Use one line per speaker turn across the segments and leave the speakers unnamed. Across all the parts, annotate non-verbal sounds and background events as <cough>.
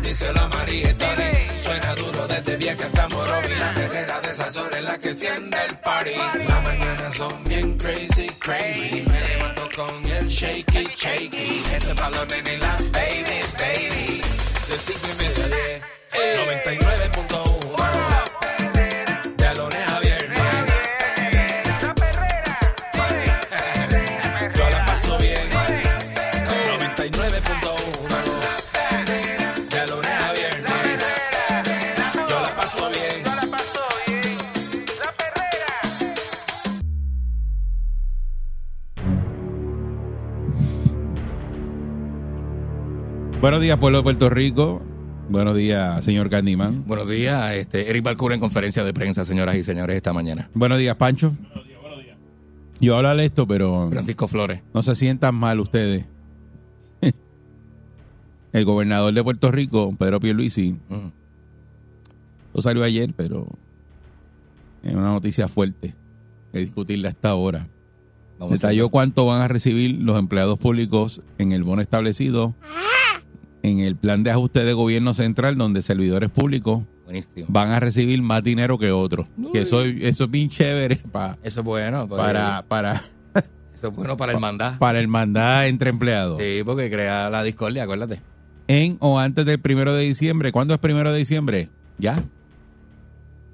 díselo a María y Tony. Suena duro desde vieja hasta Morovi. La perrera de esas horas es la que enciende el party. Las mañanas son bien crazy, crazy. Me levanto con el shaky, shaky. Este es pa' los nenes y la baby, baby. De cinco y media a diez. eh. 99.1 La perrera De lunes a viernes
la perrera,
yo la paso bien. 99.1. De lunes a viernes. Yo la paso bien.
la pasó bien. La perrera,
Buenos días, pueblo de Puerto Rico. Buenos días, señor Candyman.
Buenos días, este, Eric Balcour en conferencia de prensa, señoras y señores, esta mañana.
Buenos días, Pancho. Buenos días, buenos días. Yo hablaré esto, pero
Francisco Flores.
no se sientan mal ustedes. <laughs> El gobernador de Puerto Rico, Pedro Pierluisi,
Mm.
lo salió ayer, pero es una noticia fuerte que discutirla hasta ahora.
Vamos a-
Detalló cuánto van a recibir los empleados públicos en el bono establecido en el plan de ajuste de gobierno central donde servidores públicos
Buenísimo.
van a recibir más dinero que otros. Que eso, eso es bien chévere <laughs> pa-
Eso es bueno. porque-
para, para,
eso es bueno para la hermandad.
para hermandad entre empleados.
Sí, porque crea la discordia, acuérdate.
En o antes del primero de diciembre. ¿Cuándo es primero de diciembre? Ya.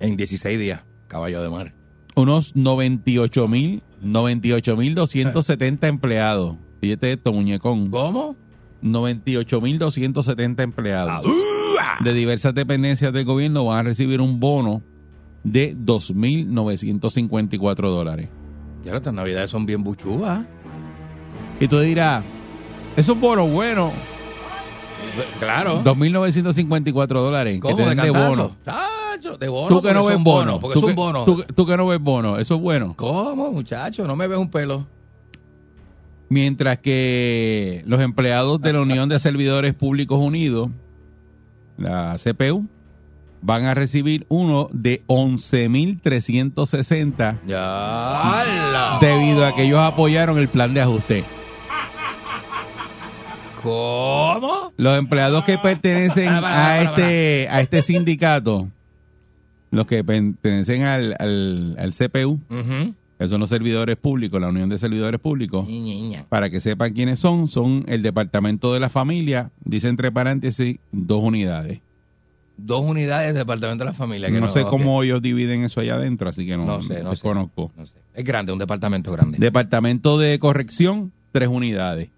En 16 días, caballo de mar.
Unos 98 mil, 98 mil 270 empleados. Fíjate esto, muñecón.
¿Cómo? Ah,
98.270 empleados de diversas dependencias del gobierno van a recibir un bono de 2.954 dólares.
Ya estas navidades son bien buchúas.
Y tú dirás, es un bono bueno,
Claro.
2.954 dólares que
¿Cómo?
te
De
den de
cantazo.
bono.
Tacho, de bono.
Tú que
porque
no
son
ves
bonos,
bono,
Porque
tú
son
que-
bonos.
Tú, tú que no ves bono, eso es bueno.
¿Cómo, muchacho? No me ves un pelo.
Mientras que los empleados de la Unión de Servidores Públicos Unidos, la CPU, van a recibir uno de 11.360
Ya. ¡Hala!
debido a que ellos apoyaron el plan de ajuste.
¿Cómo?
Los empleados que pertenecen
Para, para,
a
para,
este, a este sindicato, los que pertenecen al, al, al CPU,
Ujú.
que son los servidores públicos, la Unión de Servidores Públicos,
Ña, ña.
para que sepan quiénes son, son el Departamento de la Familia, dice entre paréntesis, dos unidades.
Dos unidades del Departamento de la Familia. Que
No sé
ok.
cómo ellos dividen eso allá adentro, así que no,
No sé, no sé.
desconozco.
No sé. Es grande, un departamento grande.
Departamento de Corrección, tres unidades,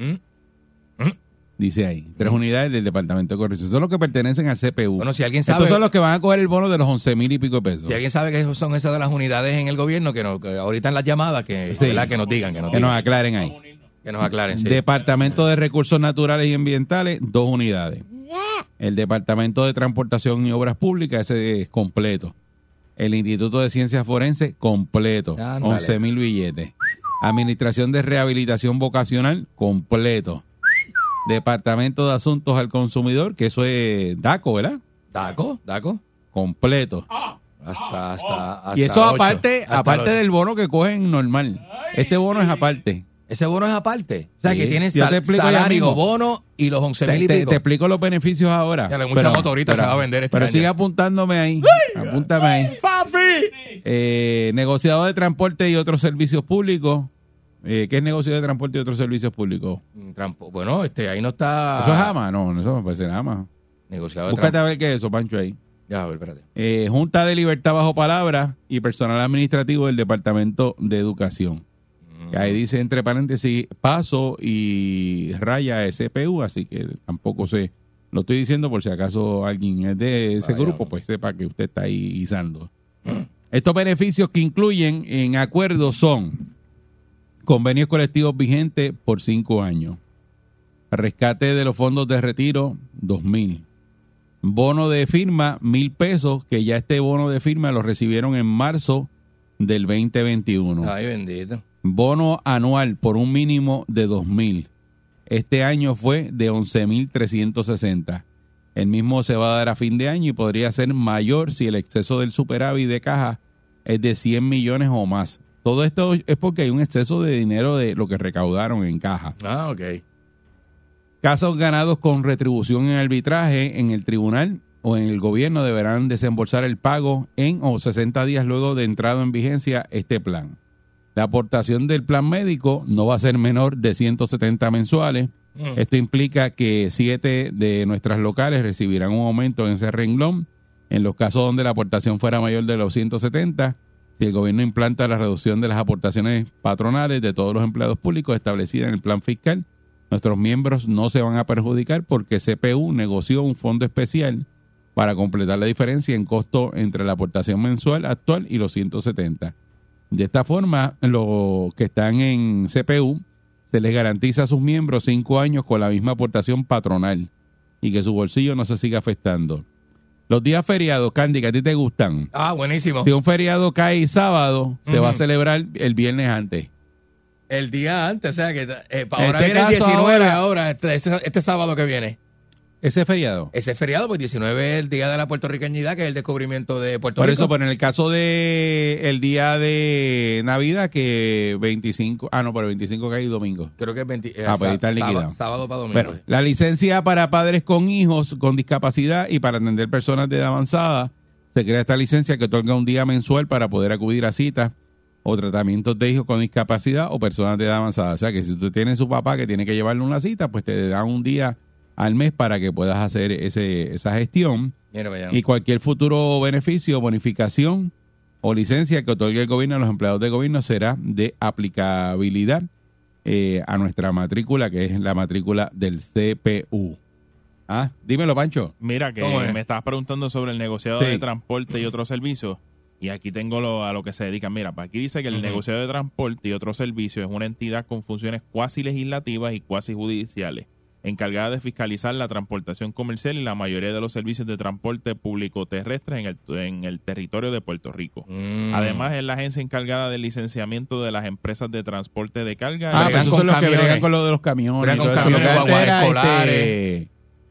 Mm.
dice ahí. Tres unidades del Departamento de Corrección. Son los que pertenecen al CPU.
Bueno, si alguien sabe,
Estos son los que van a coger el bono de los 11 mil y pico de pesos.
si alguien sabe que esos son esas de las unidades en el gobierno, que, no- que ahorita en las llamadas, que,
Sí.
¿verdad? que nos digan, que nos,
Que nos
digan,
aclaren ahí.
que nos aclaren. sí.
Departamento de Recursos Naturales y Ambientales, dos unidades. El Departamento de Transportación y Obras Públicas, ese es completo. El Instituto de Ciencias Forenses, completo.
Ándale.
11 mil billetes. Administración de Rehabilitación Vocacional, completo. Departamento de Asuntos al Consumidor, que eso es DACO, ¿verdad?
Daco, Daco.
Completo.
Hasta, hasta, Ah, hasta
y eso
ocho,
aparte,
hasta
aparte
ocho.
del bono que cogen normal. Este bono es aparte.
Ese bono es aparte. O sea,
Sí.
que tienen
Yo te
sal-
explico ya mismo.
salario, bono y los 11 mil
Te,
y
te-
pico.
te explico los beneficios ahora.
Dale, mucha motorita se va a vender este
Pero
año.
sigue apuntándome ahí. Apúntame ahí. Eh, negociador de transporte y otros servicios públicos. Eh, ¿Qué es negociador de transporte y otros servicios públicos?
Trampo- Bueno, este, ahí no está...
¿Eso es AMA? No, eso no puede ser AMA.
Negociado de
Búscate
trampo.
a ver qué es eso, Pancho, ahí.
Ya, a ver, espérate.
Eh, Junta de Libertad Bajo Palabra y personal administrativo del Departamento de Educación. Que Ahí dice entre paréntesis paso y raya SPU, así que tampoco sé. Lo estoy diciendo por si acaso alguien es de ese
Vaya,
grupo,
hombre.
pues sepa que usted está ahí izando. Estos beneficios que incluyen en acuerdo son convenios colectivos vigentes por cinco años, rescate de los fondos de retiro, dos mil. Bono de firma, mil pesos, que ya este bono de firma lo recibieron en marzo del 2021.
Ay, bendito.
Bono anual por un mínimo de 2.000. Este año fue de 11.360. El mismo se va a dar a fin de año y podría ser mayor si el exceso del superávit de caja es de 100 millones o más. Todo esto es porque hay un exceso de dinero de lo que recaudaron en caja.
Ah, ok.
Casos ganados con retribución en arbitraje en el tribunal o en el gobierno deberán desembolsar el pago en o 60 días luego de entrado en vigencia este plan. La aportación del plan médico no va a ser menor de 170 mensuales. Esto implica que siete de nuestras locales recibirán un aumento en ese renglón. En los casos donde la aportación fuera mayor de los 170, si el gobierno implanta la reducción de las aportaciones patronales de todos los empleados públicos establecida en el plan fiscal, nuestros miembros no se van a perjudicar porque CPU negoció un fondo especial para completar la diferencia en costo entre la aportación mensual actual y los 170. De esta forma, los que están en CPU se les garantiza a sus miembros cinco años con la misma aportación patronal y que su bolsillo no se siga afectando. Los días feriados, Candy, que a ti te gustan.
Ah, buenísimo.
Si un feriado cae sábado, se va a
Ujú.
celebrar el viernes antes.
El día antes, o sea que eh, pa-
En
ahora
este
viene el
caso,
19 ahora,
ahora-
este, este- este sábado que viene.
Ese feriado.
Ese es feriado, pues 19 es el día de la puertorriqueñidad, que es el descubrimiento de Puerto
Por
Rico.
eso, pues, pero en el caso de el día de Navidad, que 25, ah, no, pero 25 cae domingo.
Creo que es 20, eh,
Ah, pues ahí
sá-
está
sábado-
liquidado.
Sábado para domingo.
Bueno, la licencia para padres con hijos con discapacidad y para atender personas de edad avanzada, se crea esta licencia que otorga un día mensual para poder acudir a citas o tratamientos de hijos con discapacidad o personas de edad avanzada. O sea que si tú tienes su papá que tiene que llevarle una cita, pues te dan un día al mes para que puedas hacer ese, esa gestión
Mira, vaya.
y cualquier futuro beneficio, bonificación o licencia que otorgue el gobierno a los empleados del gobierno será de aplicabilidad eh, a nuestra matrícula, que es la matrícula del CPU. Ah, dímelo, Pancho.
Mira, que
¿Cómo es?
me estabas preguntando sobre el negociado
Sí.
de transporte y otros servicios. Y aquí tengo lo, a lo que se dedican. Mira, pa, aquí dice que el
Ujú.
negociado de transporte y otros servicios es una entidad con funciones cuasi legislativas y cuasi judiciales, encargada de fiscalizar la transportación comercial y la mayoría de los servicios de transporte público terrestre en el, en el territorio de Puerto Rico.
Mm.
Además, es la agencia encargada del licenciamiento de las empresas de transporte de carga.
Ah,
y-
pero
bregan
esos
con
son los que
camiones.
bregan con lo de los camiones.
Bregan
y todo
con
eso. Lo que
camiones,
antes
guaguas
era,
escolares.
este,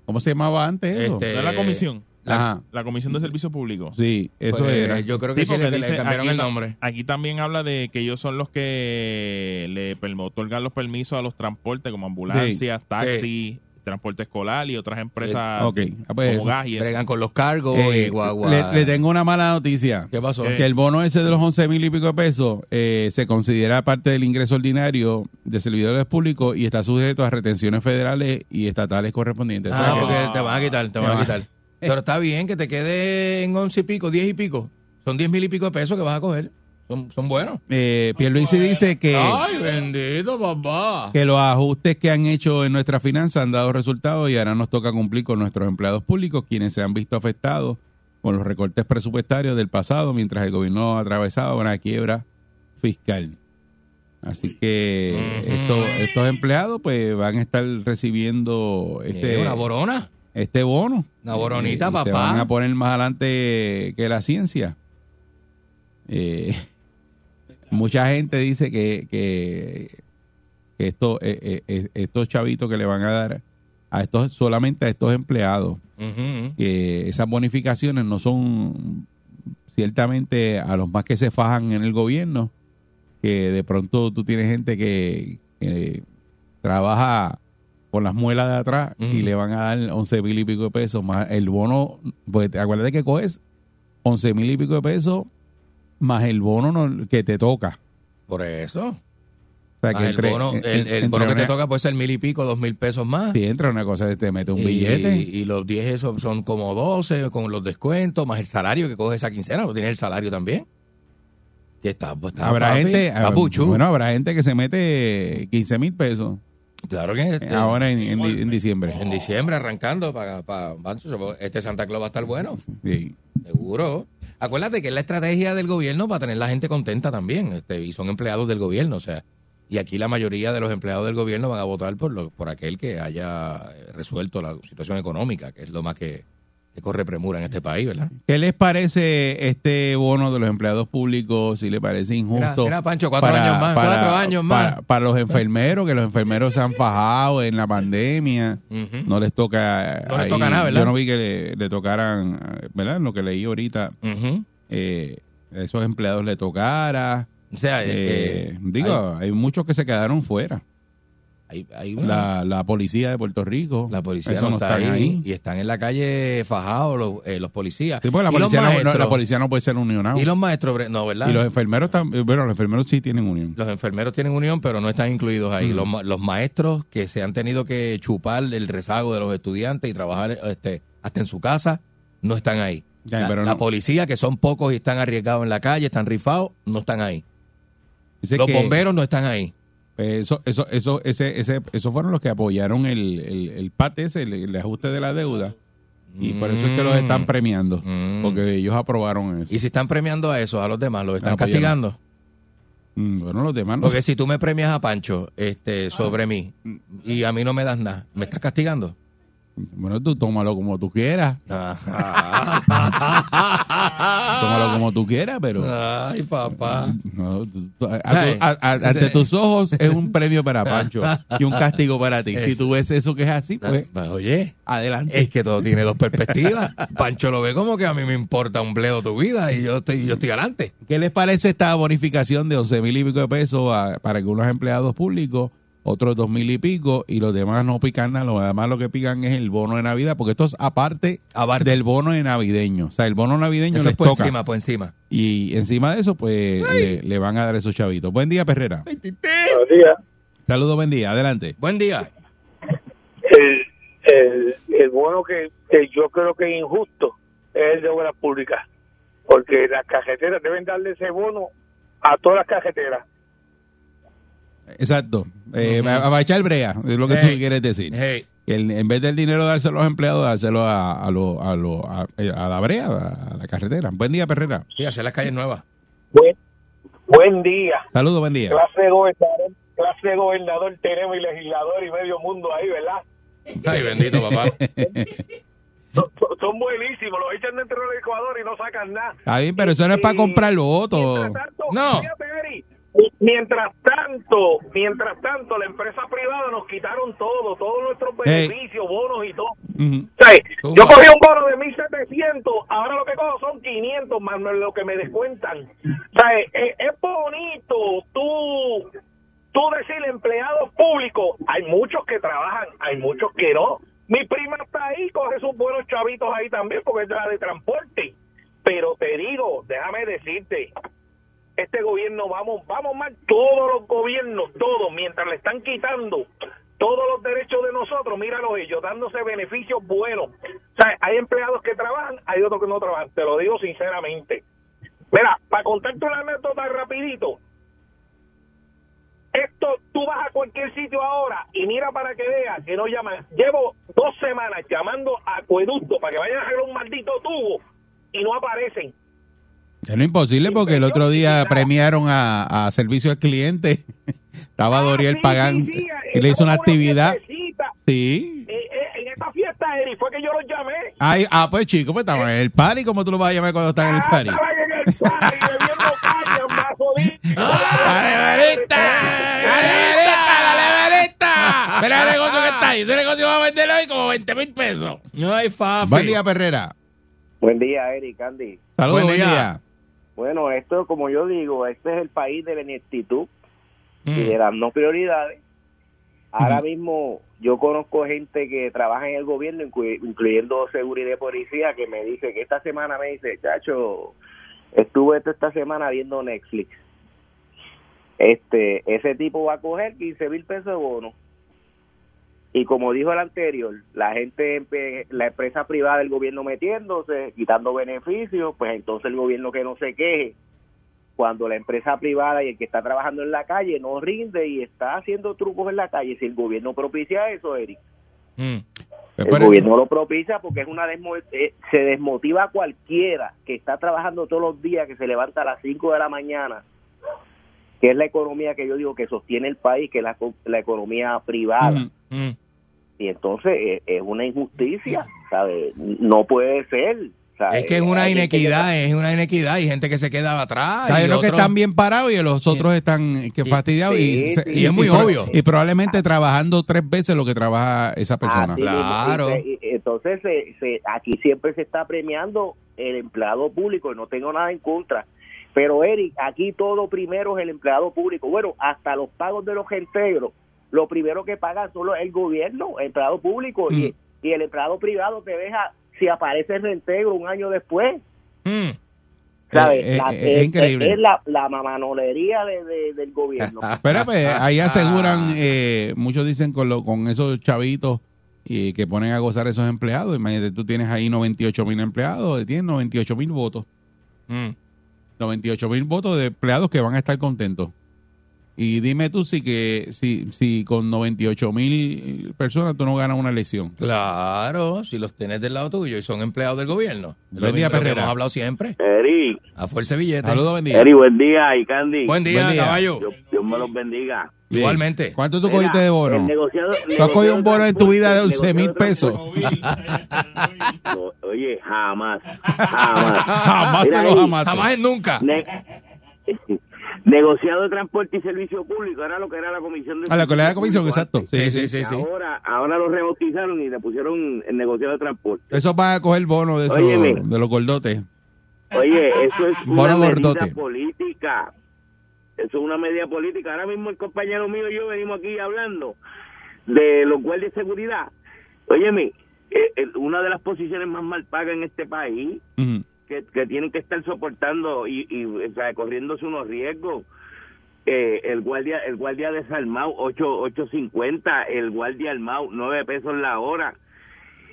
¿Cómo se llamaba antes eso?
Este,
¿No es la comisión? La,
Ajá.
la Comisión de Servicio Público.
Sí, eso
Pues,
era.
Yo creo
Sí,
que sí,
porque
le- que le
dice
cambiaron
aquí
el
ta-
nombre.
Aquí también habla de que ellos son los que le perm- otorgan los permisos a los transportes como ambulancias, taxis, transporte escolar y otras
Eh,
empresas
Ok, ah, pues
como
eso.
gas y eso.
Bregan con los cargos
Eh,
y guagua.
le, le tengo una mala noticia.
¿Qué pasó?
¿Qué?
que el bono ese de los 11 mil y pico de pesos eh, se considera parte del ingreso ordinario de servidores públicos y está sujeto a retenciones federales y estatales correspondientes. O sea
Ah,
que-
porque te van a quitar, te van a
van.
quitar. Pero está bien que te quede en once y pico, diez y pico. Son diez mil y pico de pesos que vas a coger. Son, son buenos.
eh, Pierluisi dice que,
bendito papá.
que los ajustes que han hecho en nuestra finanza han dado resultados y ahora nos toca cumplir con nuestros empleados públicos, quienes se han visto afectados con los recortes presupuestarios del pasado mientras el gobierno atravesaba una quiebra fiscal. Así que
Ujú.
estos, estos empleados pues van a estar recibiendo este,
una borona.
este bono.
Una boronita,
Y- y Se
papá.
van a poner más adelante que la ciencia. Eh, mucha gente dice que, que, que esto, eh, eh, estos chavitos que le van a dar a estos solamente a estos empleados, que esas bonificaciones no son ciertamente a los más que se fajan en el gobierno, que de pronto tú tienes gente que, que trabaja con las muelas de atrás y
Ujú.
le van a dar 11 mil y pico de pesos más el bono, pues te- acuérdate que coges 11 mil y pico de pesos más el bono no- que te toca.
Por eso.
O sea, que
Ah, el
entre-
bono,
en-
el, el
entre
bono que te
una-
toca puede ser mil y pico, dos mil pesos más.
si entra una cosa, te mete un
Y-
billete.
Y, los 10 esos son como 12 con los descuentos, más el salario que coge esa quincena, porque tienes el salario también. Que está, pues, está,
habrá
papi, pues,
gente
está puchu.
bueno habrá gente que se mete 15 mil pesos
claro que
eh,
este,
ahora en, en di- en diciembre
en diciembre arrancando para, para este Santa Claus va a estar bueno,
Sí.
seguro. Acuérdate que es la estrategia del gobierno para tener la gente contenta también, este, y son empleados del gobierno, o sea, y aquí la mayoría de los empleados del gobierno van a votar por lo, por aquel que haya eh, resuelto la situación económica, que es lo más que, que corre premura en este país, ¿verdad?
¿Qué les parece este bono de los empleados públicos? Si le parece injusto.
Mira, mira, Pancho, cuatro años más, cuatro años más.
Para, para los enfermeros, que los enfermeros se han fajado en la pandemia.
Ujú.
No les toca.
No les toca nada, ¿verdad?
Yo no vi que le, le tocaran, ¿verdad? Lo que leí ahorita,
Ujú.
eh, a esos empleados le tocara.
O sea,
Eh,
eh, eh,
digo, hay muchos que se quedaron fuera.
hay- hay- hay una-
La, la policía de Puerto Rico.
La policía
eso
no está ahí,
están
y están en la calle fajados los, eh, los policías.
Sí, porque la
Y los
policía, no- no,
maestros-
la policía no puede ser unionada.
Y los maestros, bre- no, ¿verdad?
Y los enfermeros también, bueno, los enfermeros sí tienen unión.
Los enfermeros tienen unión, pero no están incluidos ahí. Los, ma- los maestros que se han tenido que chupar el rezago de los estudiantes y trabajar este, hasta en su casa, no están ahí.
Ya,
la,
pero
la
no.
policía, que son pocos y están arriesgados en la calle, están rifados, no están ahí.
Dice
los
que,
bomberos no están ahí.
eh, Eso, eso, eso, ese, ese, esos fueron los que apoyaron el, el, el PAT ese, el, el ajuste de la deuda. Y por eso es que los
Mm.
están premiando.
Mm.
Porque ellos aprobaron eso.
Y si están premiando a esos, a los demás, los están
Ah, pues ya no.
castigando.
Mm, bueno, los demás no
Porque si tú me premias a Pancho este, sobre mí y a mí no me das nada, ¿me estás castigando?
sé. Bueno, tú tómalo como tú quieras. Ah. Tómalo como tú quieras, pero.
<laughs> Ay, papá.
no, tú- tú- a- a
Ay.
tu- a- a- ante tus ojos es un premio para
<laughs>
Pancho y un castigo para ti. Si tú ves eso que es así, pues
Pues, Oye,
adelante.
es que todo tiene dos perspectivas. Pancho lo ve como que a mí me importa un bledo tu vida y yo estoy, yo estoy adelante.
¿Qué les parece esta bonificación de 11 mil y pico de pesos a- para algunos empleados públicos, otros 2 mil y pico, y los demás no pican nada? Los demás lo que pican es el bono de Navidad, porque esto es aparte
Aparte.
del bono de navideño. O sea, el bono navideño
Eso
les
es por
toca.
encima, por encima.
Y encima de eso, pues le, le van a dar esos chavitos. Buen día, Perrera.
Buenos días.
Saludos, buen día. Adelante.
Buen día.
El, el, el bono que, que yo creo que es injusto es el de obras públicas, porque las cajeteras deben darle ese bono a todas las cajeteras.
Exacto. Eh, a, a echar brea, es lo que
Hey.
tú quieres decir.
Hey,
El- en vez del dinero dárselo a los empleados, dárselo a, a, lo- a, lo- a, eh, a la brea, a, la carretera. Buen día, Perrera.
sí, hacer las calles nuevas.
Buen, buen día.
Saludos, buen día.
Clase de gobernador, clase de gobernador tenemos y legislador y medio mundo ahí, ¿verdad?
Ay, bendito, <laughs> papá.
Son, son buenísimos, los echan dentro del licuador y no sacan nada.
Está bien, pero eso no es para comprar votos.
Mientras tanto,
No.
fíjate, Eri, Mientras tanto, mientras tanto, la empresa privada nos quitaron todo, todos nuestros
Hey.
beneficios, bonos y todo.
Ujú.
O sea,
Tumba.
yo cogí un bono de 1.700, ahora lo que cojo son 500 más lo que me descuentan. O sea, es, es bonito tú, tú decirle empleados públicos, hay muchos que trabajan, hay muchos que no. Mi prima está ahí, coge sus buenos chavitos ahí también porque es la de transporte. Pero te digo, déjame decirte, este gobierno vamos vamos mal todos los gobiernos todos mientras le están quitando todos los derechos de nosotros míralos ellos dándose beneficios buenos o sea hay empleados que trabajan hay otros que no trabajan te lo digo sinceramente mira para contarte una anécdota rapidito esto tú vas a cualquier sitio ahora y mira para que veas que no llaman llevo dos semanas llamando a acueducto para que vayan a arreglar un maldito tubo y no aparecen
Es lo imposible porque el otro día premiaron a, a servicio al cliente. <laughs> Estaba Doriel
Ah, sí,
Pagán
sí, sí,
y le hizo una
hubo
actividad.
fiestecita.
Sí.
Eh, eh, en esta fiesta, Eri, fue que yo los llamé.
Ay, ah, pues chico, pues estaba en el party. ¿Cómo tú lo vas a llamar cuando estás en el
Ah,
party?
estaban en el
<laughs>
party, bebiendo caña, mazo de-
¡Ah, Mira el negocio que está ahí. Ese negocio va a vender hoy como 20 mil pesos.
Ay, Fafi.
Buen día, Perrera.
Buen día, Eric, Andy.
Saludos,
Buen
buen
día.
día.
Bueno, esto, como yo digo, este es el país de la ineptitud y de las no prioridades. Ahora mismo yo conozco gente que trabaja en el gobierno, inclu- incluyendo seguridad y policía, que me dice que esta semana me dice, chacho, estuve toda esta semana viendo Netflix. Este, ese tipo va a coger 15 mil pesos de bono. Y como dijo el anterior, la gente, empe- la empresa privada del gobierno metiéndose, quitando beneficios, pues entonces el gobierno que no se queje cuando la empresa privada y el que está trabajando en la calle no rinde y está haciendo trucos en la calle, si el gobierno propicia eso, Eric,
Mm.
Pues
el
por eso.
gobierno lo propicia porque es una desmo- eh, se desmotiva a cualquiera que está trabajando todos los días, que se levanta a las 5 de la mañana, que es la economía que yo digo que sostiene el país, que es la, co- la economía privada.
Mm.
Mm.
Y entonces eh, es una injusticia. ¿sabes? No puede ser. ¿sabes?
Es que es una
Hay gente que-
inequidad, es una inequidad. Hay gente que se queda atrás.
Hay
y
unos que
otros-
están bien parados y los otros están que fastidiados. y,
sí,
se-
sí,
y es muy
pro-
obvio.
Y probablemente trabajando tres veces lo que trabaja
Ah,
esa persona.
Así mismo,
Claro.
y se- y- entonces, se- se- aquí siempre se está premiando el empleado público y no tengo nada en contra. Pero, Eric, aquí todo primero es el empleado público. Bueno, hasta los pagos de los reintegros, lo primero que paga solo es el gobierno, el empleado público. Y, y el empleado privado te deja, si aparece el reintegro un año después,
Mm.
¿sabes?
Eh, eh,
La-
eh, es increíble.
Es la, la mamanolería de- de- del
<laughs>
gobierno.
Pero pues, ahí aseguran, eh, muchos dicen con, lo, con esos chavitos eh, que ponen a gozar esos empleados. Imagínate, tú tienes ahí 98 mil empleados, eh, tienes 98 mil votos.
Mm.
98 mil votos de empleados que van a estar contentos. Y dime tú si que si, si con 98 mil personas tú no ganas una elección.
Claro, si los tienes del lado tuyo y son empleados del gobierno. Es
Buen
lo
día,
mismo que
Perrera.
hemos hablado siempre.
Eric,
A fuerza de billete.
Saludos, bendiga.
Eric, buen día. Y Candy,
Buen día,
Buen día.
caballo.
Dios, Dios me los bendiga.
Bien.
Igualmente.
¿Cuánto tú cogiste de
El
bono?
negociado-
Tú has cogido un bono en tu vida de
el
11 mil pesos.
negociado de transporte. Oye, jamás. Jamás.
<laughs> Jamás
Mira
se lo
ahí,
jamás.
Jamás es nunca.
ne- negociado de transporte y servicio público. Era lo que era la comisión de.
A la colega de comisión,
Público
exacto. Sí,
antes.
sí, sí. sí.
Ahora, ahora lo rebautizaron y le pusieron el negociado de transporte.
Eso va a coger bono de, esos-
Óyeme.
de los gordotes.
Oye, eso es una
Boro gordote.
medida política. Eso es una medida política. Ahora mismo el compañero mío y yo venimos aquí hablando de los guardias de seguridad. Óyeme, eh, eh, una de las posiciones más mal pagas en este país,
Ujú.
que, que tienen que estar soportando y, y, o sea, corriéndose unos riesgos. Eh, el guardia el guardia desarmado 8 850 el guardia armado 9 pesos la hora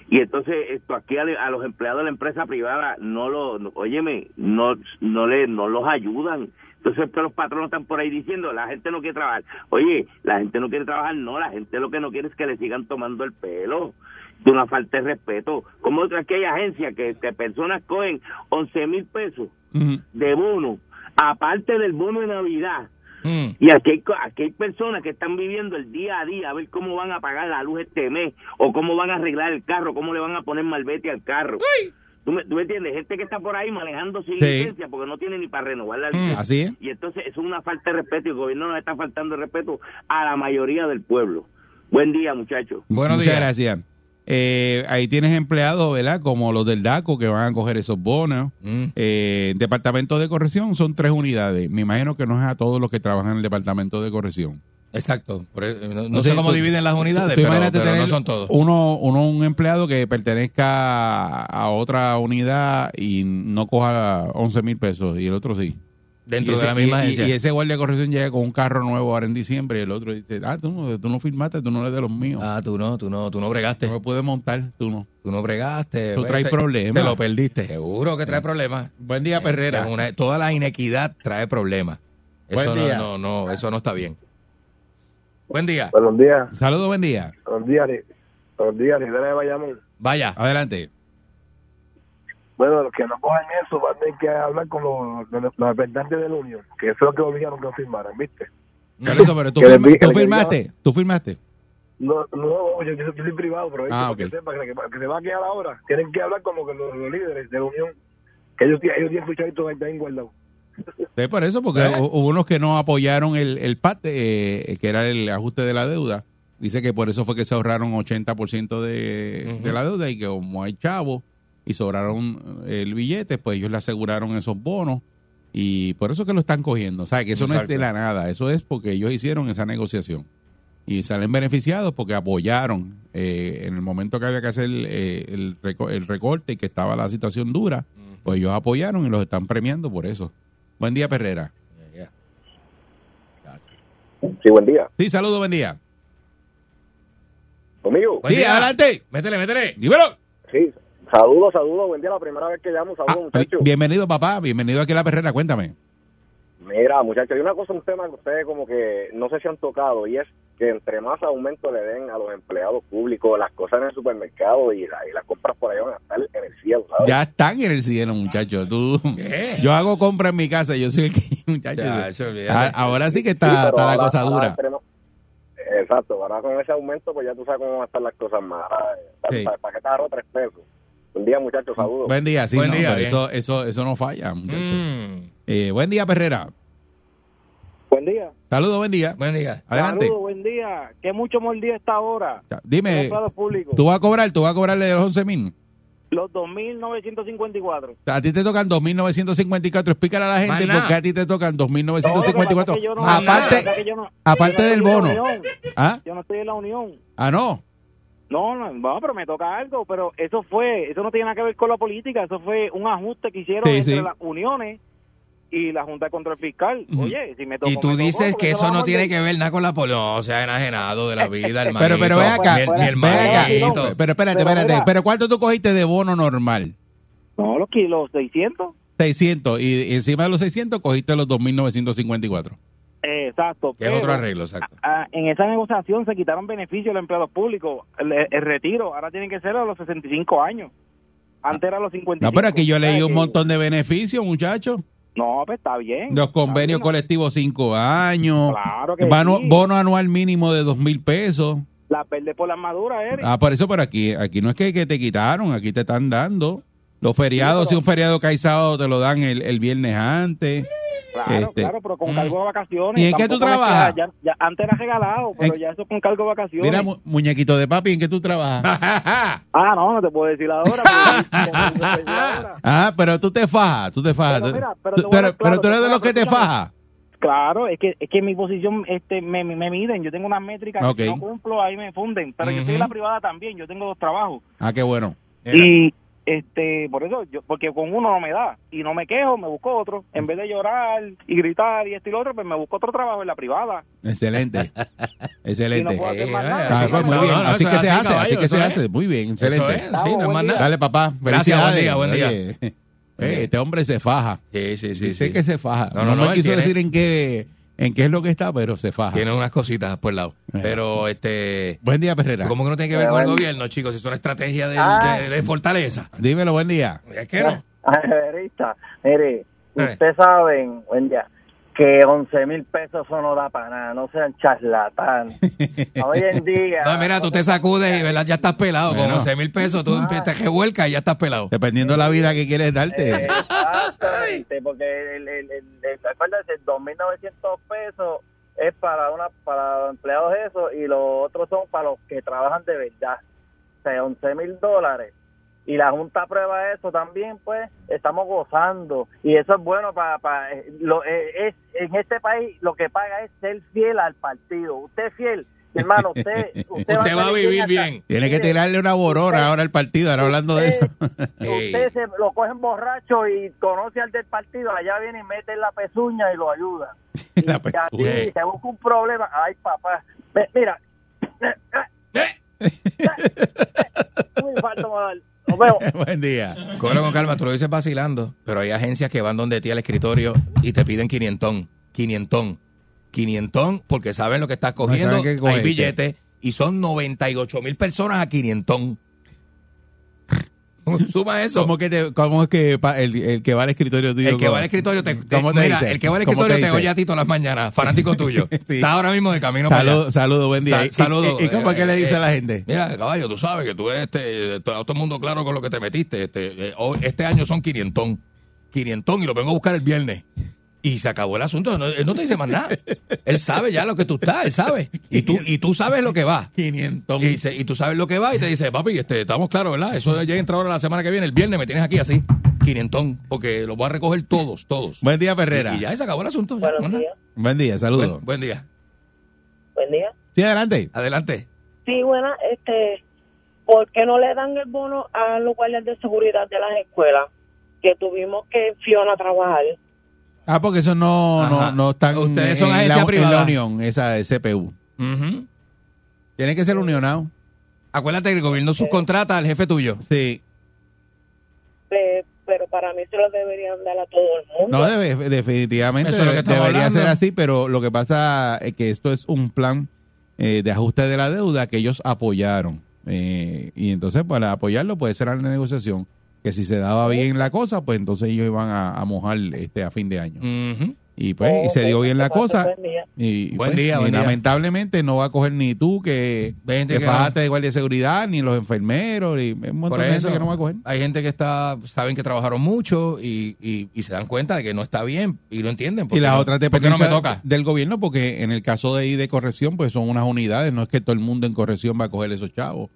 y entonces esto aquí a, le- a los empleados de la empresa privada no lo no- óyeme no no le no los ayudan entonces pero los patronos están por ahí diciendo la gente no quiere trabajar oye la gente no quiere trabajar no la gente lo que no quiere es que le sigan tomando el pelo de una falta de respeto como otra que hay agencias que, que personas cogen 11 mil pesos
Ujú.
de bono aparte del bono de navidad
Mm.
y aquí hay, co- aquí hay personas que están viviendo el día a día a ver cómo van a pagar la luz este mes o cómo van a arreglar el carro, cómo le van a poner malvete al carro. ¿Tú me, tú me entiendes? Gente que está por ahí manejando sin
Sí. Mm.
licencia porque no tiene ni para renovar la
Mm.
licencia.
Así es.
Y entonces eso es una falta de respeto y el gobierno nos está faltando el respeto a la mayoría del pueblo. Buen día, muchachos.
Buenos
Muchas
días.
gracias. Eh, ahí tienes empleados, ¿verdad? Como los del DACO que van a coger esos bonos.
Mm.
Eh, departamento de corrección son tres unidades. Me imagino que no es a todos los que trabajan en el departamento de corrección.
Exacto. Por eso- no no
No
sé
sé,
cómo
tú-
dividen las unidades,
Tú
pero,
imagínate
pero no
tener
son todos.
Uno, uno, un empleado que pertenezca a otra unidad y no coja 11 mil pesos y el otro sí.
Dentro
y ese,
de la misma
y- y-
agencia.
y ese guardia de corrección llega con un carro nuevo ahora en diciembre y el otro dice, ah, tú no, tú no firmaste, tú no eres de los míos.
ah, tú no, tú no, tú no bregaste.
no me puedes montar, tú no.
Tú no bregaste.
Tú
pues,
traes
te-
problemas.
Te lo perdiste. Seguro que trae problemas.
Buen día, Perrera.
Es una- toda la inequidad trae problemas. Eso
Buen
no,
día.
no, no, eso no está bien. Buen día.
Buenos días,
Saludos, buen día.
buenos días, Ri- buenos días, Rivera de Bayamón.
Vaya.
Adelante.
Bueno, los que no cojan eso van a tener que hablar con los, los representantes del Unión, que eso es lo que obligaron que firmaran, ¿viste?
Carlitos, pero tú,
Que le
firma-
di-
tú
que le
firmaste, tú firmaste.
<laughs> No, no yo, yo soy privado, pero
Ah,
para
ok.
que sepa que, que se va a quedar ahora, tienen que hablar con los, con los líderes de la Unión, que ellos, ellos tienen sus chavitos ahí también guardados.
Sí, por eso, porque hu- hubo unos que no apoyaron el, el PAT, eh, que era el ajuste de la deuda. Dice que por eso fue que se ahorraron 80% de, de la deuda y que como hay chavos y sobraron eh, el billete, pues ellos le aseguraron esos bonos y por eso es que lo están cogiendo. O sea, que eso no es de la nada, eso es porque ellos hicieron esa negociación y salen beneficiados porque apoyaron eh, en el momento que había que hacer eh, el, reco- el recorte y que estaba la situación dura, pues ellos apoyaron y los están premiando por eso. Buen día, Perrera.
Sí, buen día.
Sí, saludos, buen día.
Conmigo,
Buen
sí,
día.
adelante.
Métele, métele.
Dímelo.
sí, saludos, saludos, buen día, la primera vez que llamo,
Ah, bienvenido, papá. Bienvenido aquí a la Perrera. Cuéntame.
Mira, muchachos, hay una cosa, un tema que ustedes como que no sé si han tocado y es que entre más aumento le den a los empleados públicos, las cosas en el supermercado y, la- y las compras por ahí van a estar en el cielo, ¿sabes?
Ya están en el cielo, muchachos. Tú, yo hago compra en mi casa. Yo soy el que, <laughs> muchachos.
Chacho,
Ah,
olvídate.
ahora sí que
Sí,
está,
pero
está la
ahora-
cosa
ahora
dura.
entre más- Exacto, ahora con ese aumento pues ya tú sabes cómo van a estar las cosas más.
Sí.
¿Para, para qué te agarro tres pesos?
Buen día, muchachos. Saludos.
Buen día, sí,
Buen
no,
día,
pero
bien.
eso, eso, eso no falla, muchachos.
Mm.
Eh, buen día, Perrera.
Buen día.
Saludos, buen día.
Buen día.
Adelante.
Saludos, buen día. Que mucho mordía esta hora.
Dime,
Gracias a los públicos.
tú vas a cobrar, tú vas a cobrarle de los 11 mil.
Los 2.954.
A ti te tocan 2.954. Explícale a la gente
Más
por
nada.
qué a ti te tocan
No, lo que pasa es que
2.954.
yo no- lo que pasa es
Aparte,
que yo no-
aparte
yo no
del
estoy en la
bono.
unión.
¿Ah?
Yo no estoy en la unión.
ah, no.
No, no, no, pero me toca algo, pero eso fue, eso no tiene nada que ver con la política, eso fue un ajuste que hicieron
Sí,
entre
sí.
las uniones y la Junta de Control Fiscal.
Ujú.
Oye, si me tocó,
Y tú
me tocó,
dices
¿por
que
qué se
eso
va a
no
morder?
tiene que ver nada con la política. No, se ha enajenado de la vida, hermanito.
Pero, pero ven acá,
Mi, mi
ven acá.
hermanito.
Pero espérate,
Pero
espérate.
mira.
Pero ¿cuánto tú cogiste de bono normal?
No, los kilos, 600.
600. Y encima de los 600 cogiste los 2.954.
Exacto.
Que es otro
pero,
arreglo, exacto.
ah, en esa negociación se quitaron beneficios a los empleados públicos, el, el retiro, ahora tienen que ser a los 65 años. Antes era a los 55.
No, pero aquí yo leí
¿sabes?
un
Que-
montón de beneficios, muchachos.
No, pues está bien.
Los
Está bien,
convenios
no-
colectivos cinco años.
Claro que
Bono,
sí.
bono anual mínimo de dos mil pesos.
La perde por la madura, Eric.
Ah, por eso, pero aquí, aquí no es que, que te quitaron, aquí te están dando. Los feriados,
Sí, pero-
si un feriado cae sábado, te lo dan el, el viernes antes.
Claro,
Este,
claro, pero con cargo de vacaciones.
¿Y en qué tú
Tampoco me
trabajas?
queda- ya- ya antes era regalado, pero
En-
ya eso con cargo de vacaciones.
Mira, mu- muñequito de papi, ¿en qué tú
<laughs>
trabajas?
ah, no, no te puedo decir ahora.
<laughs>
pero- no te puedo decir ahora.
ah, pero tú te fajas, tú te fajas.
Pero
Tú-
mira, pero
tú-
te voy a
pero,
hablar
pero tú
claro,
eres de
pero
los que te
escúchame.
fajas.
Claro, es que es que mi posición este me, me- me miden, yo tengo unas métricas
Ok.
que si no cumplo, ahí me funden, pero yo estoy en la privada también, yo tengo dos trabajos.
Ah, qué bueno.
Y este, por eso yo porque con uno no me da y no me quejo, me busco otro, en vez de llorar
<laughs>
y gritar y esto y lo otro, pues me busco otro trabajo en la privada. <laughs>
Excelente.
Y no
excelente.
puedo hacer
Eh,
más nada.
Ah,
así
pues,
que-
muy
no,
bien.
no, no,
así
eso
que
es
se
así,
hace, así
caballo,
que
eso
se
es.
hace. Muy bien,
Eso es,
excelente.
sí, no es más nada.
Dale, papá.
Gracias, buen día, buen día.
Oye, eh, este hombre se faja.
Sí, sí, sí.
Dice
sí.
que se faja. No,
No, no, no,
me
él
quiso
tiene-
decir en qué, en qué es lo que está, pero se faja.
Tiene unas cositas por el lado.
Eh.
Pero, este...
Buen día, Perrera.
Como que no tiene que ver con el gobierno, chicos? Es una estrategia del-
Ah.
de, de fortaleza.
Dímelo, buen día.
Es que no.
Ajeverista, mire,
Eh.
ustedes saben, buen día, que 11 mil pesos eso no da para nada, no sean
<laughs>
charlatanes. Hoy en día...
No, mira, tú te sacudes y ¿verdad? ya estás pelado.
Bueno.
Con 11 mil pesos, tú
Ah.
te revuelcas y ya estás pelado.
Dependiendo de la vida que quieres darte.
<laughs>
Exactamente, porque el, el, el, el, acuérdate, el 2.900 pesos es para una para los empleados eso y los otros son para los que trabajan de verdad. O sea, 11 mil dólares. Y la Junta aprueba eso también, pues estamos gozando. Y eso es bueno para... para lo, eh, es, en este país lo que paga es ser fiel al partido. Usted es fiel, hermano, usted... Usted,
Usted va a
ser
vivir
fiel hasta-
bien.
Tiene que
Mire,
tirarle una borona ahora al partido, ahora hablando de eso. <laughs>
Ey.
Usted se lo cogen borracho y conoce al del partido, allá viene y mete la pezuña y lo ayuda.
La
Y así
pezuña.
se busca un problema. Ay, papá. Ve- Mira. Muy falta moral.
<laughs>
Nos vemos.
Eh.
<laughs> buen día.
Cógelo con calma, tú lo dices vacilando, pero hay agencias que van donde ti al escritorio y te piden quinientón, quinientón, quinientón, porque saben lo que estás cogiendo,
saben que
hay
cogiste.
billetes, y son 98 mil personas a quinientón. <laughs> Suma eso.
¿Cómo, que te- cómo es que pa- el, el que va al escritorio tuyo?
el que va
cómo-
al escritorio te, te-
¿Cómo te
mira,
dice?
el que va al
¿Cómo
escritorio
te
te,
dice?
oye a ti todas las mañanas,
<laughs>
fanático tuyo.
Sí.
Está ahora mismo de camino para allá.
Saludo, saludo, buen día.
Sa-
¿Y- y-
saludo,
¿Y, y cómo es
eh,
que le dice
eh,
a la gente?
Mira, caballo, tú sabes que tú eres este, todo el mundo claro con lo que te metiste. Este, eh, hoy- este año son 500. 500 y lo vengo a buscar el viernes. Y se acabó el asunto. No, él no te dice más nada. Él sabe ya lo que tú estás, él sabe. Y tú, y tú sabes lo que va.
500.
Y, se- y tú sabes lo que va y te dice, papi, este, estamos claros, ¿verdad? Eso ya entra ahora la semana que viene. El viernes me tienes aquí así, 500, porque los voy a recoger todos, todos.
Buen día, Perrera.
Y, y ya se acabó el asunto. ya, no es nada.
Buen día, saludo.
Buen, buen día.
Buen día.
sí, adelante.
Adelante.
Sí, buena, este, ¿por qué no le dan el bono a los guardias de seguridad de las escuelas que tuvimos que en Fiona trabajar?
Ah, porque eso no, no,
Ajá.
no están
Ustedes son
en
agencia
la, en
privada.
la unión, esa CPU.
Ujú.
Tiene que ser unionado.
Acuérdate que el gobierno subcontrata al jefe tuyo.
Sí.
Eh, pero para mí se lo deberían dar a todo el mundo.
No, debe- definitivamente
Eso es lo que
debe-
estamos
debería
hablando.
ser así, pero lo que pasa es que esto es un plan eh, de ajuste de la deuda que ellos apoyaron. Eh, y entonces para apoyarlo puede ser la negociación, que si se daba bien la cosa, pues entonces ellos iban a, a mojar este a fin de año.
Ujú.
Y pues y se dio bien la cosa. Y,
Buen
pues,
día,
y
buen día.
lamentablemente no va a coger ni tú que,
Vente
que
que
fajaste de guardia de seguridad, ni los enfermeros, ni un montón
Por
de
eso
gente que no va a coger.
hay gente que está saben que trabajaron mucho y, y- y se dan cuenta de que no está bien y lo entienden.
Y
¿Por qué
las
no-
otras
¿por qué no
dependencias
me toca?
del gobierno, porque en el caso de ahí de corrección, pues son unas unidades, no es que todo el mundo en corrección va a coger esos chavos.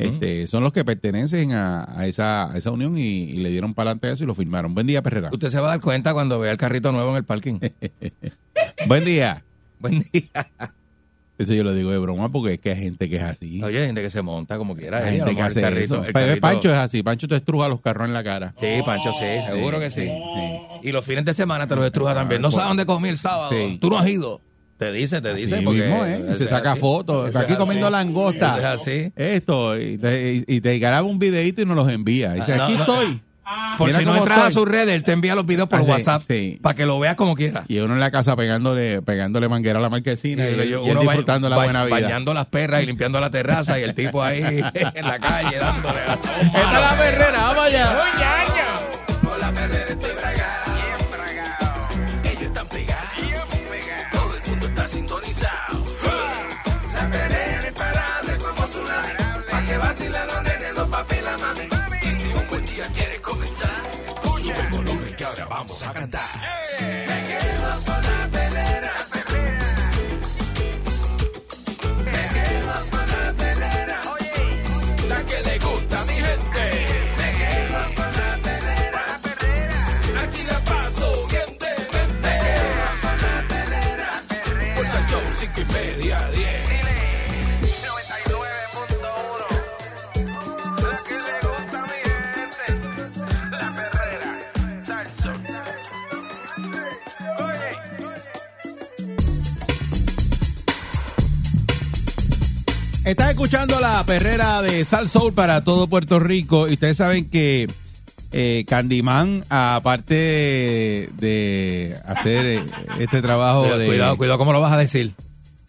este, son los que pertenecen a, a esa, a esa unión y, y le dieron para adelante eso y lo firmaron. Buen día, Perrera.
Usted se va a dar cuenta cuando vea el carrito nuevo en
<laughs>
el parking. <laughs>
Buen día.
Buen día.
Eso yo lo digo de broma porque es que hay gente que es así.
Oye, hay gente que se monta como quiera.
Hay
eh, a lo
gente que
mejor el
hace
carrito-
eso.
el
Pa-
carrito-
Pancho es así. Pancho te estruja los carros en la cara.
Sí, Pancho, sí, seguro que sí.
sí.
Y los fines de semana te los estruja también. No
por-
sabes dónde comí el sábado.
Sí.
Tú no has ido. Te dice, te dice.
Así
porque
mismo, ¿eh? Y
ese
se
es
saca
así.
fotos.
Ese
Está
es
aquí
así.
comiendo langosta.
Ese es así.
Esto, y te, y te graba un videito y nos los envía. Dice,
Ah, No,
aquí
no.
estoy.
Por
Mira
si no
cómo
entras a
estoy.
sus redes, él te envía los videos por
Ah, sí,
WhatsApp
sí.
para que lo veas como quieras.
Y uno en la casa pegándole, pegándole manguera a la marquesina y,
Y
él-
yo-
y él
uno ba-
disfrutando la
ba-
buena vida.
Bañando las perras y limpiando la terraza y el tipo ahí <laughs> en la calle dándole la sombra.
Esta es la perrera, vamos allá.
Con la perrera estoy bragado. Ellos están pegados. Todo el mundo está sintonizado. La perrera es parable como tsunami. Pa' que vacilan los nenes, los papi y la mami. Y si un buen día quieres comenzar, sube el volumen que ahora vamos a cantar. Me quedo con la perrera. Me quedo con la perrera. La que le gusta a mi gente. Me quedo con la perrera. Aquí la paso bien de mente. Me quedo con la perrera. Por ser son cinco y media a
99.1.
diez.
La que le gusta a mi gente. La perrera. Salsón. Oye.
Estás escuchando la perrera de Sal Soul para todo Puerto Rico. Y ustedes saben que eh, Candyman, aparte de, de hacer eh, este trabajo de.
Cuidado, cuidado, ¿cómo lo vas a decir?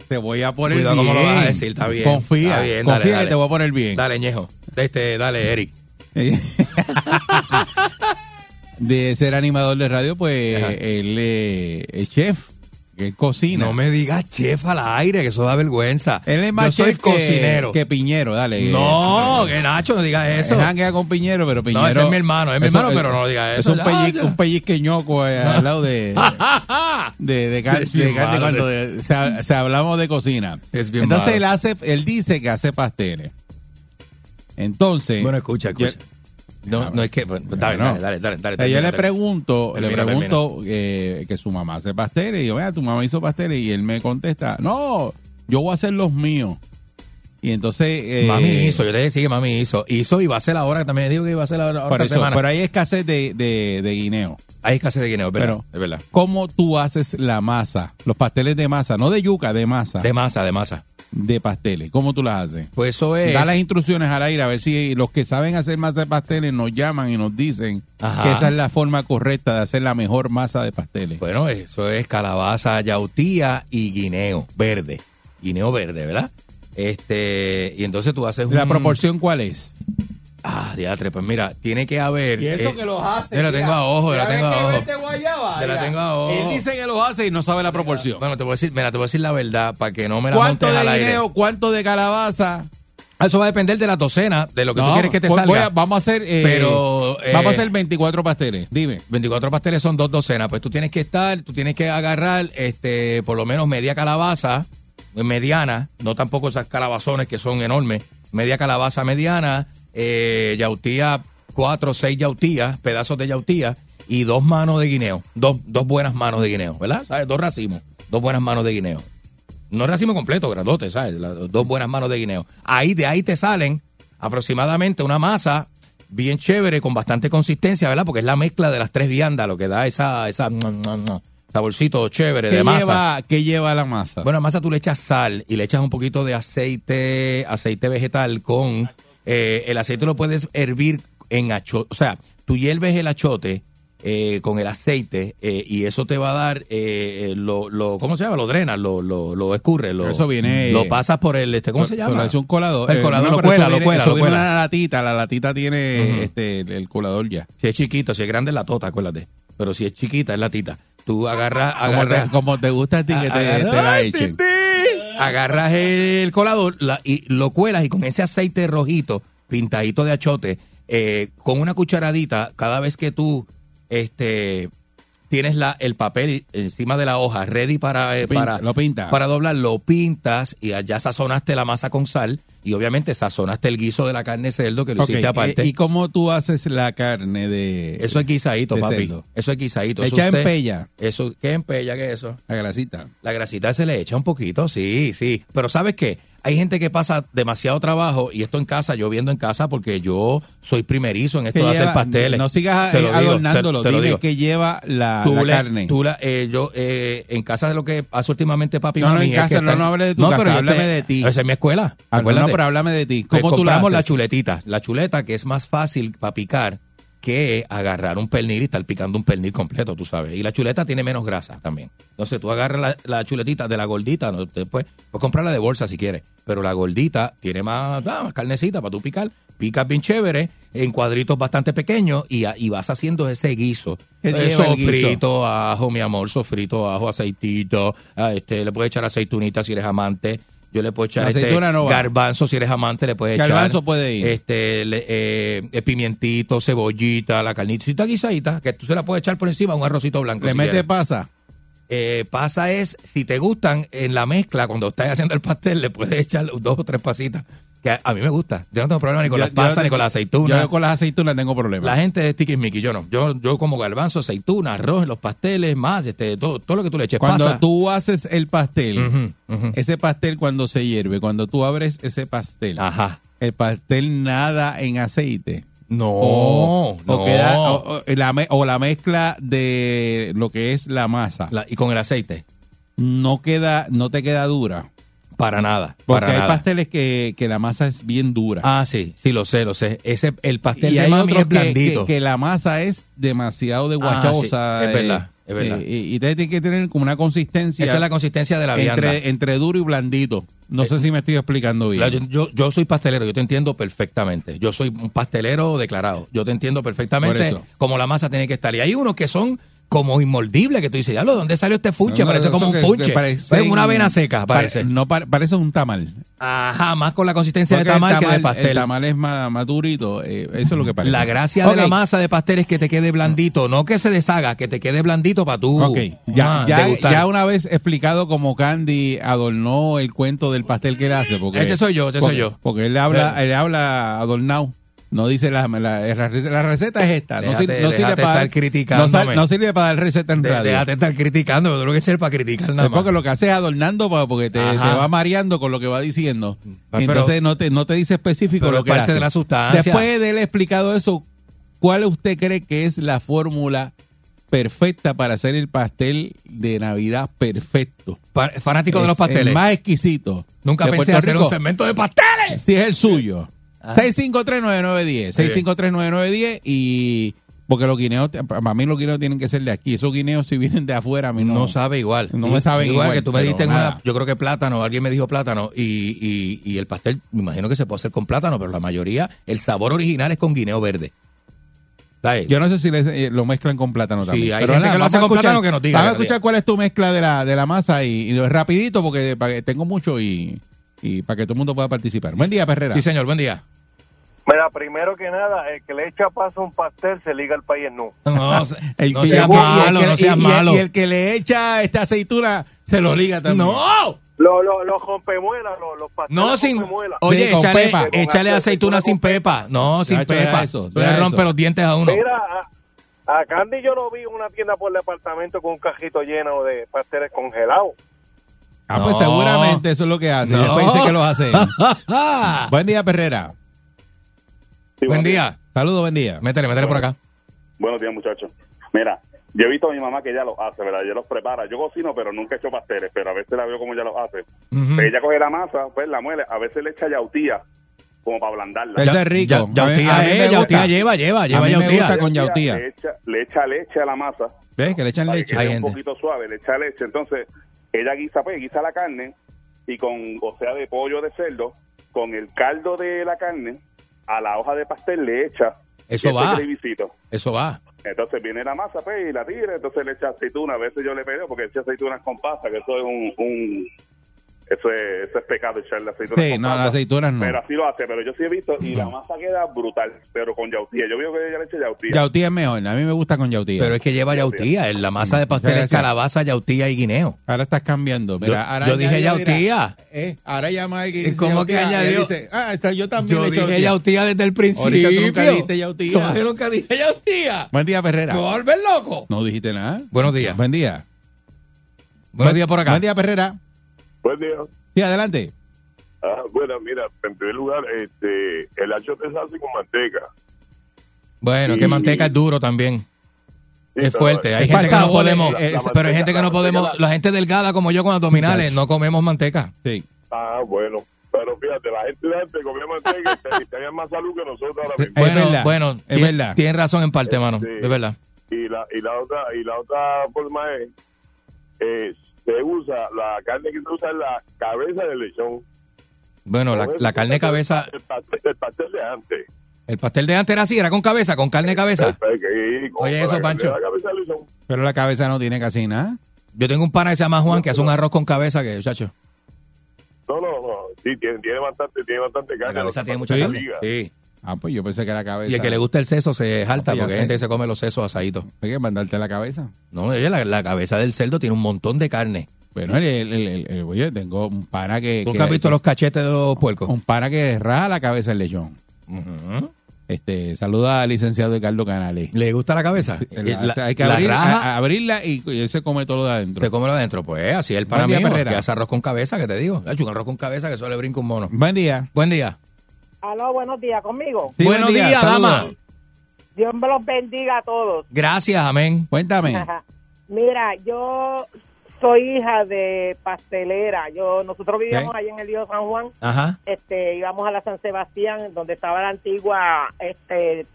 Te voy a poner
Cuidado
bien.
cómo lo vas a decir, está bien,
Confía,
está bien, dale,
confía
dale.
que te voy a poner bien.
Dale, Ñejo. Este, dale, Eric.
de ser animador de radio, pues
Ajá.
él eh, es chef, que él cocina.
No me digas chef al aire, que eso da vergüenza.
Él es más
Yo soy
chef que,
cocinero.
que Eh, Piñero, dale.
no, que Nacho no digas eso.
Eso. con Piñero, pero Piñero.
ese es mi hermano, es mi
Eso-
hermano, pero no lo diga eso.
Es un,
Ya,
pelliz,
ya.
un pellizqueñoco eh, al lado
<laughs>
de. De, de, Can-
Es
de
bien
Can- de
malo,
cuando de- se, ha- se hablamos de cocina.
Es bien
Entonces
malo.
él hace, él dice que hace pasteles. Entonces,
Bueno, escucha, escucha. No, no es que. bueno, dale,
Ah, No.
dale, dale, dale, dale,
eh, yo le
termina, termina.
pregunto,
Termina,
le pregunto eh, que su mamá hace pasteles. Y yo, vea, tu mamá hizo pasteles. Y él me contesta, no, yo voy a hacer los míos. Y entonces. eh,
Mami hizo, yo te decía que mami hizo. Hizo y va a ser la hora, también le digo que iba a ser la hora
Por
esta
eso,
semana.
pero hay escasez de, de, de guineo.
Hay escasez de guineo, es verdad,
Pero-
es verdad.
¿Cómo tú haces la masa? Los pasteles de masa, no de yuca, de masa.
De
De,
masa, de masa.
pasteles. ¿Cómo tú las haces?
Pues eso es.
Da las instrucciones al aire a ver si los que saben hacer masa de pasteles nos llaman y nos dicen
Ajá. Pues,
que esa es la forma correcta de hacer la mejor masa de pasteles.
Bueno, eso es calabaza, yautía y guineo verde. Guineo verde, ¿verdad? Este, y entonces tú haces
¿La
un-
proporción cuál es?
Ah, diatre, pues mira, tiene que haber. eh,
los hace.
yo la tengo a ojo, yo la tengo a ojo. Yo la tengo a ojo.
Él dice que los hace y no sabe la proporción.
Bueno, te voy a decir, mira, te voy a decir la verdad para que no me la
¿Cuánto
montes al
de
aire.
guineo? ¿Cuánto de calabaza?
Eso va a depender de la docena, de lo que tú
No,
quieres que te
voy-
salga.
voy a- vamos a hacer. eh,
Pero, eh,
vamos a hacer 24 pasteles. Dime.
24 pasteles son dos docenas, pues tú tienes que estar, tú tienes que agarrar este por lo menos media calabaza eh, mediana, no tampoco esas calabazones que son enormes, media calabaza mediana, eh, yautía, cuatro o seis yautías, pedazos de yautía y dos manos de guineo, dos, dos buenas manos de guineo, ¿verdad? ¿Sabes? Dos racimos, dos buenas manos de guineo. No racimo completo, grandote, ¿sabes? Las dos buenas manos de guineo. Ahí de ahí te salen aproximadamente una masa bien chévere, con bastante consistencia, ¿verdad? Porque es la mezcla de las tres viandas lo que da esa, esa mm, saborcito chévere
¿Qué
de masa.
lleva, qué lleva la masa?
Bueno, a masa tú le echas sal y le echas un poquito de aceite, aceite vegetal con eh, el aceite lo puedes hervir en achote. O sea, tú hierves el achote eh, con el aceite eh, y eso te va a dar, eh, eh, lo, lo, ¿cómo se llama? Lo drenas, lo, lo, lo escurre, lo,
Eso viene-
lo pasas por el, este, ¿cómo
Con-
se
con
llama?
la- es un colador.
El
Eh,
colador,
no,
lo
pero
cuela,
eso
lo
viene-
cuela,
eso
lo
viene
cuela.
en La latita, la latita tiene
Ujú.
este, el, el colador ya.
Si es chiquito, si es grande es la tota, acuérdate. Pero si es chiquita es la tita. Tú agarras,
Como
agarras,
te, como te gusta a ti que te,
Ah, agarra-
te la
¡Ay,
echen.
agarras el colador la- y lo cuelas y con ese aceite rojito, pintadito de achote, eh, con una cucharadita, cada vez que tú este, tienes la, el papel encima de la hoja, ready para, eh,
Pin-
para,
lo pinta.
para doblar, lo pintas y ya sazonaste la masa con sal y obviamente sazonaste el guiso de la carne de cerdo que lo
Ok,
hiciste aparte.
eh, ¿Y cómo tú haces la carne de
eso es guisadito,
de
papi.
cerdo.
Eso es guisadito.
Le
Eso
echa
usted-
empella,
Eso, ¿qué empella que es eso?
la grasita.
La grasita se le echa un poquito, sí, sí. Pero ¿sabes qué? Hay gente que pasa demasiado trabajo y esto en casa, yo viendo en casa porque yo soy primerizo en esto
Que
de hacer
lleva-
pasteles.
No sigas
Te
eh,
lo digo,
adornándolo,
te- te lo
dime
digo.
que lleva la,
Tú
la
le-
carne.
tú la- eh, yo eh, en casa de lo que hace últimamente papi y
No, no,
mami
en
es
casa,
que
no,
están-
no hables de tu
No,
casa,
pero yo
háblame
te-
de ti.
Esa es mi escuela.
Ah, no, no,
acuérdate.
pero háblame de ti.
Pues
¿Cómo tú la
compramos
haces?
la chuletita. La chuleta que es más fácil para picar que agarrar un pernil y estar picando un pernil completo, tú sabes. Y la chuleta tiene menos grasa también. Entonces tú agarras la, la chuletita de la gordita, ¿no? después puedes comprarla de bolsa si quieres, pero la gordita tiene más, ah, más carnecita para tú picar. Picas bien chévere, en cuadritos bastante pequeños y, a- y vas haciendo ese guiso.
¿Qué
Eh,
lleva el guiso?
Sofrito, ajo, mi amor, sofrito, ajo, aceitito. ah, Este, le puedes echar aceitunita si eres amante. Yo le puedo echar
La
este,
aceituna no va.
garbanzo si eres amante, le puedes echar.
Garbanzo puede ir.
Este, le- eh, eh, pimientito, cebollita, la carnita guisadita, que tú se la puedes echar por encima un arrocito blanco.
Le
Pues si
mete
quieres.
pasa.
Eh, pasa es, si te gustan en la mezcla, cuando estás haciendo el pastel, le puedes echar dos o tres pasitas. Que a, a mí me gusta. Yo no tengo problema ni con
Yo-
las pasas,
yo-
ni con las aceitunas.
Yo con las aceitunas tengo
La
problemas.
gente es tiquismiqui, yo no. Yo, yo como garbanzo, aceituna, arroz, los pasteles, más, este, todo, todo lo que tú le eches.
Cuando
pasa.
tú haces el pastel,
Ujú, ujú.
ese pastel cuando se hierve, cuando tú abres ese pastel,
Ajá.
el pastel nada en aceite.
No,
o, o
Oh, no.
queda- o- o la me- o la mezcla de lo que es la masa
La- y con el aceite.
no queda no te queda dura
Para nada.
porque
para
hay
nada.
pasteles que, que la masa es bien dura
Ah, sí, sí, lo sé, lo sé. Ese, el pastel
y
de
hay
mami
otros
es
que,
blandito.
que- que la masa es demasiado de
Ah,
guachosa
sí, es
eh,
verdad, es verdad.
eh, y, y tiene que tener como una consistencia
Esa es la consistencia de la vianda. Eh,
entre, entre duro y blandito no sé si me estoy explicando bien
Claro, yo, yo- yo soy pastelero, yo te entiendo perfectamente. Yo soy un pastelero declarado. Yo te entiendo
Por
perfectamente
eso.
como la masa tiene que estar. Y hay unos que son como inmordibles, que tú dices, diablo, ¿dónde salió este funche?
No, no,
parece
eso
como un
que-
funche.
que
Es
parecen-
una avena seca,
pare-
parece.
no pare- parece un tamal
Ajá, más con la consistencia
Porque
de tamal,
el
que de
El
pastel.
tamal es más, más durito, eh, eso es lo que parece.
La gracia
Ok,
de la masa de pastel es que te quede blandito, no que se deshaga, que te quede blandito para tú.
ok. ya,
ah,
ya,
degustar.
ya una vez explicado cómo Candy adornó el cuento del pastel que él hace. Porque,
Ese soy yo, ese
porque-
soy yo.
Porque él habla, él habla adornado. No dice la, la, la rece- la receta es esta. No,
Déjate-
sirve- no
déjate
sirve para
estar
dar-
criticándome.
no sal- No, sirve para dar receta en
De-
radio.
déjate estar criticando, pero tengo que ser para criticar nada
Es
más.
porque lo que hace es adornando pa- porque te, te
Ajá.
va mareando con lo que va diciendo.
Ah, pero-
Entonces no te, no te dice específico
pero
lo
es
que
parte
hace.
de la sustancia.
Después de él explicado eso, ¿cuál usted cree que es la fórmula perfecta para hacer el pastel de Navidad perfecto?
Pa- fanático de
Es
los
El
pasteles.
más exquisito.
Nunca
de
pensé
Puerto
hacer un
Rico,
segmento de pasteles.
Si es el suyo.
Ah.
6539910.
Muy bien.
6539910 y... Porque los guineos, te- para mí los guineos tienen que ser de aquí. Esos guineos si vienen de afuera, a mí no.
No sabe igual.
No me saben igual,
que tú me
pero
diste en una,
nada.
yo creo que plátano, alguien me dijo plátano y, y- y el pastel, me imagino que se puede hacer con plátano, pero la mayoría, el sabor original es con guineo verde. ¿Sabes?
Yo no sé si les, eh, lo mezclan con plátano
Sí,
también.
hay gente que lo
vamos
hace
a
con
escuchar-
plátano que nos diga,
Vamos a
Gabriel.
escuchar cuál es tu mezcla de la, de la masa y, y lo- rapidito porque para que tengo mucho y, y para que todo el mundo pueda participar. Buen día, Perrera.
Sí, señor, buen día.
Mira, primero que nada, el que le echa paso a un pastel se liga al país nu.
<laughs>
No,
El
no
que-
seas
y el que-
malo, no
y-
seas
y-
malo.
Y el que le echa esta aceituna se lo liga también.
No,
Los lo, lo rompemuelas, los los pasteles
no sin. Oh,
rompemuelas.
Oye,
Sí, con
échale,
pepa.
échale aceituna sin pepa. No, sin
Chacho,
pepa.
deja eso,
Tú le
deja
rompe
eso.
los dientes a uno.
Mira, a, a Candy yo lo vi en una tienda por el apartamento con un cajito lleno de pasteles congelados.
Ah, pues
No.
seguramente eso es lo que hace.
No.
Después dice que lo hace.
Ah,
buen día, Perrera.
buen día.
Saludos, buen día.
Métele, métele por acá.
Buenos días, muchachos. Mira, yo he visto a mi mamá que ella los hace, ¿verdad? Ella los prepara. Yo cocino, pero nunca he hecho pasteles, pero a veces la veo como ella los hace.
Ujú.
Ella coge la masa, pues la muele, a veces le echa yautía. como para ablandarla.
Pero eso es rico.
Ya-
ya-
A mí- a
yautía
mí me
es, eh, yautía
gusta.
lleva, lleva, lleva
A mí me
yautía.
gusta con yautía.
Le echa, le echa leche a la masa.
¿Ves? Que le echan
para que
leche.
quede un poquito suave, le echa leche. Entonces, ella guisa, pues, guisa la carne y con, o sea, de pollo de cerdo, con el caldo de la carne, a la hoja de pastel le echa. este
Eso
ese
va.
gravycito.
Eso va.
Entonces viene la masa, pues, y la tira, entonces le echa aceituna. A veces yo le peleo porque echa aceitunas con pasta, que eso es un... un- eso es, eso es pecado echarle aceitunas
Sí,
con
no,
pasta.
las aceitunas no.
Pero así lo hace, pero yo sí he visto y la masa queda brutal, pero con yautía. Yo veo que ella le echa yautía.
Yautía es mejor. A mí me gusta con yautía.
Pero es que lleva yautía. en La masa de pastel es
gracias.
calabaza, yautía y guineo.
Ahora estás cambiando. Mira,
Yo-
ahora
yo dije
añadió, mira,
yautía.
eh, ahora llama a alguien. y dice
¿Cómo que
yautía? Y él
añadió?
dice, ah, está- yo también
Yo
le echo
dije yautía desde el principio.
Ahorita tú nunca dijiste yautía.
Yo nunca dije yautía.
Buen día, Perrera.
¿Me voy a volver loco?
No dijiste nada.
Buenos días.
Buen día.
Buenos días por acá.
Buen día, Perrera.
Buen día.
Sí, adelante.
Ah, bueno, mira, en primer lugar, este, el achiote se hace con manteca.
Bueno, que manteca es duro también.
Sí,
es
pero-
fuerte. Hay
Es
gente que
para
no
sabores,
podemos.
eh, la
pero hay gente que
manteca- la
no podemos.
manteca-
La gente delgada como yo con abdominales no comemos manteca.
Sí.
Ah, bueno. Pero fíjate, la gente de antes comía manteca y tenía más salud que nosotros ahora mismo.
Bueno, bueno,
es
tien-
verdad.
Tienes razón en parte, mano.
Este,
Es verdad.
Y la, y la otra y la otra forma es, eh, se usa, la carne que se usa es la cabeza del lechón.
Bueno, la, la carne de cabeza.
El pastel, el pastel de antes. Pues,
El pastel de antes era así, era con cabeza, con carne de cabeza.
Sí, con-
Oye,
con
eso,
la carne-
Pancho.
La cabeza del lechón.
Pero la cabeza no tiene casi nada.
Yo tengo un pana que se llama Juan que hace un arroz con cabeza que, muchacho.
No, no, no. Sí, tiene, tiene bastante, tiene bastante carne.
La cabeza
Lo que
tiene mucha
pasa es que
carne.
liga.
Sí.
Ah, pues yo pensé que era cabeza.
Y el que le gusta el seso se jalta
Ah, pues ya
porque hay
sé.
gente que se come los sesos asaditos.
Hay que mandarte la cabeza.
No, oye, la, la cabeza del cerdo tiene un montón de carne.
Bueno, el, el- el- el- el- oye, tengo un pana que.
¿Tú
que-
nunca has visto los cachetes de los puercos?
Un pana que raja la cabeza el lechón. Este, saluda al licenciado Ricardo Canales.
¿Le gusta la cabeza?
La-
Eh, La-
o sea, hay que
la
abrir-
raja-
a- abrirla y, y él se come todo lo de adentro.
Se come lo de adentro, pues así es el para
Buen día,
mí. Que
Perrera.
hace arroz con cabeza, que te digo. Ha hecho un arroz con cabeza que solo le brinca un mono.
Buen día.
Buen día.
Aló, buenos días, conmigo.
Sí,
Buenos
buen día,
días,
saludos.
dama.
Dios me los bendiga a todos.
Gracias, amén.
Cuéntame.
Ajá. Mira, yo soy hija de pastelera. Yo nosotros vivíamos
Ok.
allí en el río San Juan.
Ajá.
Este, íbamos a la San Sebastián, donde estaba la antigua, este,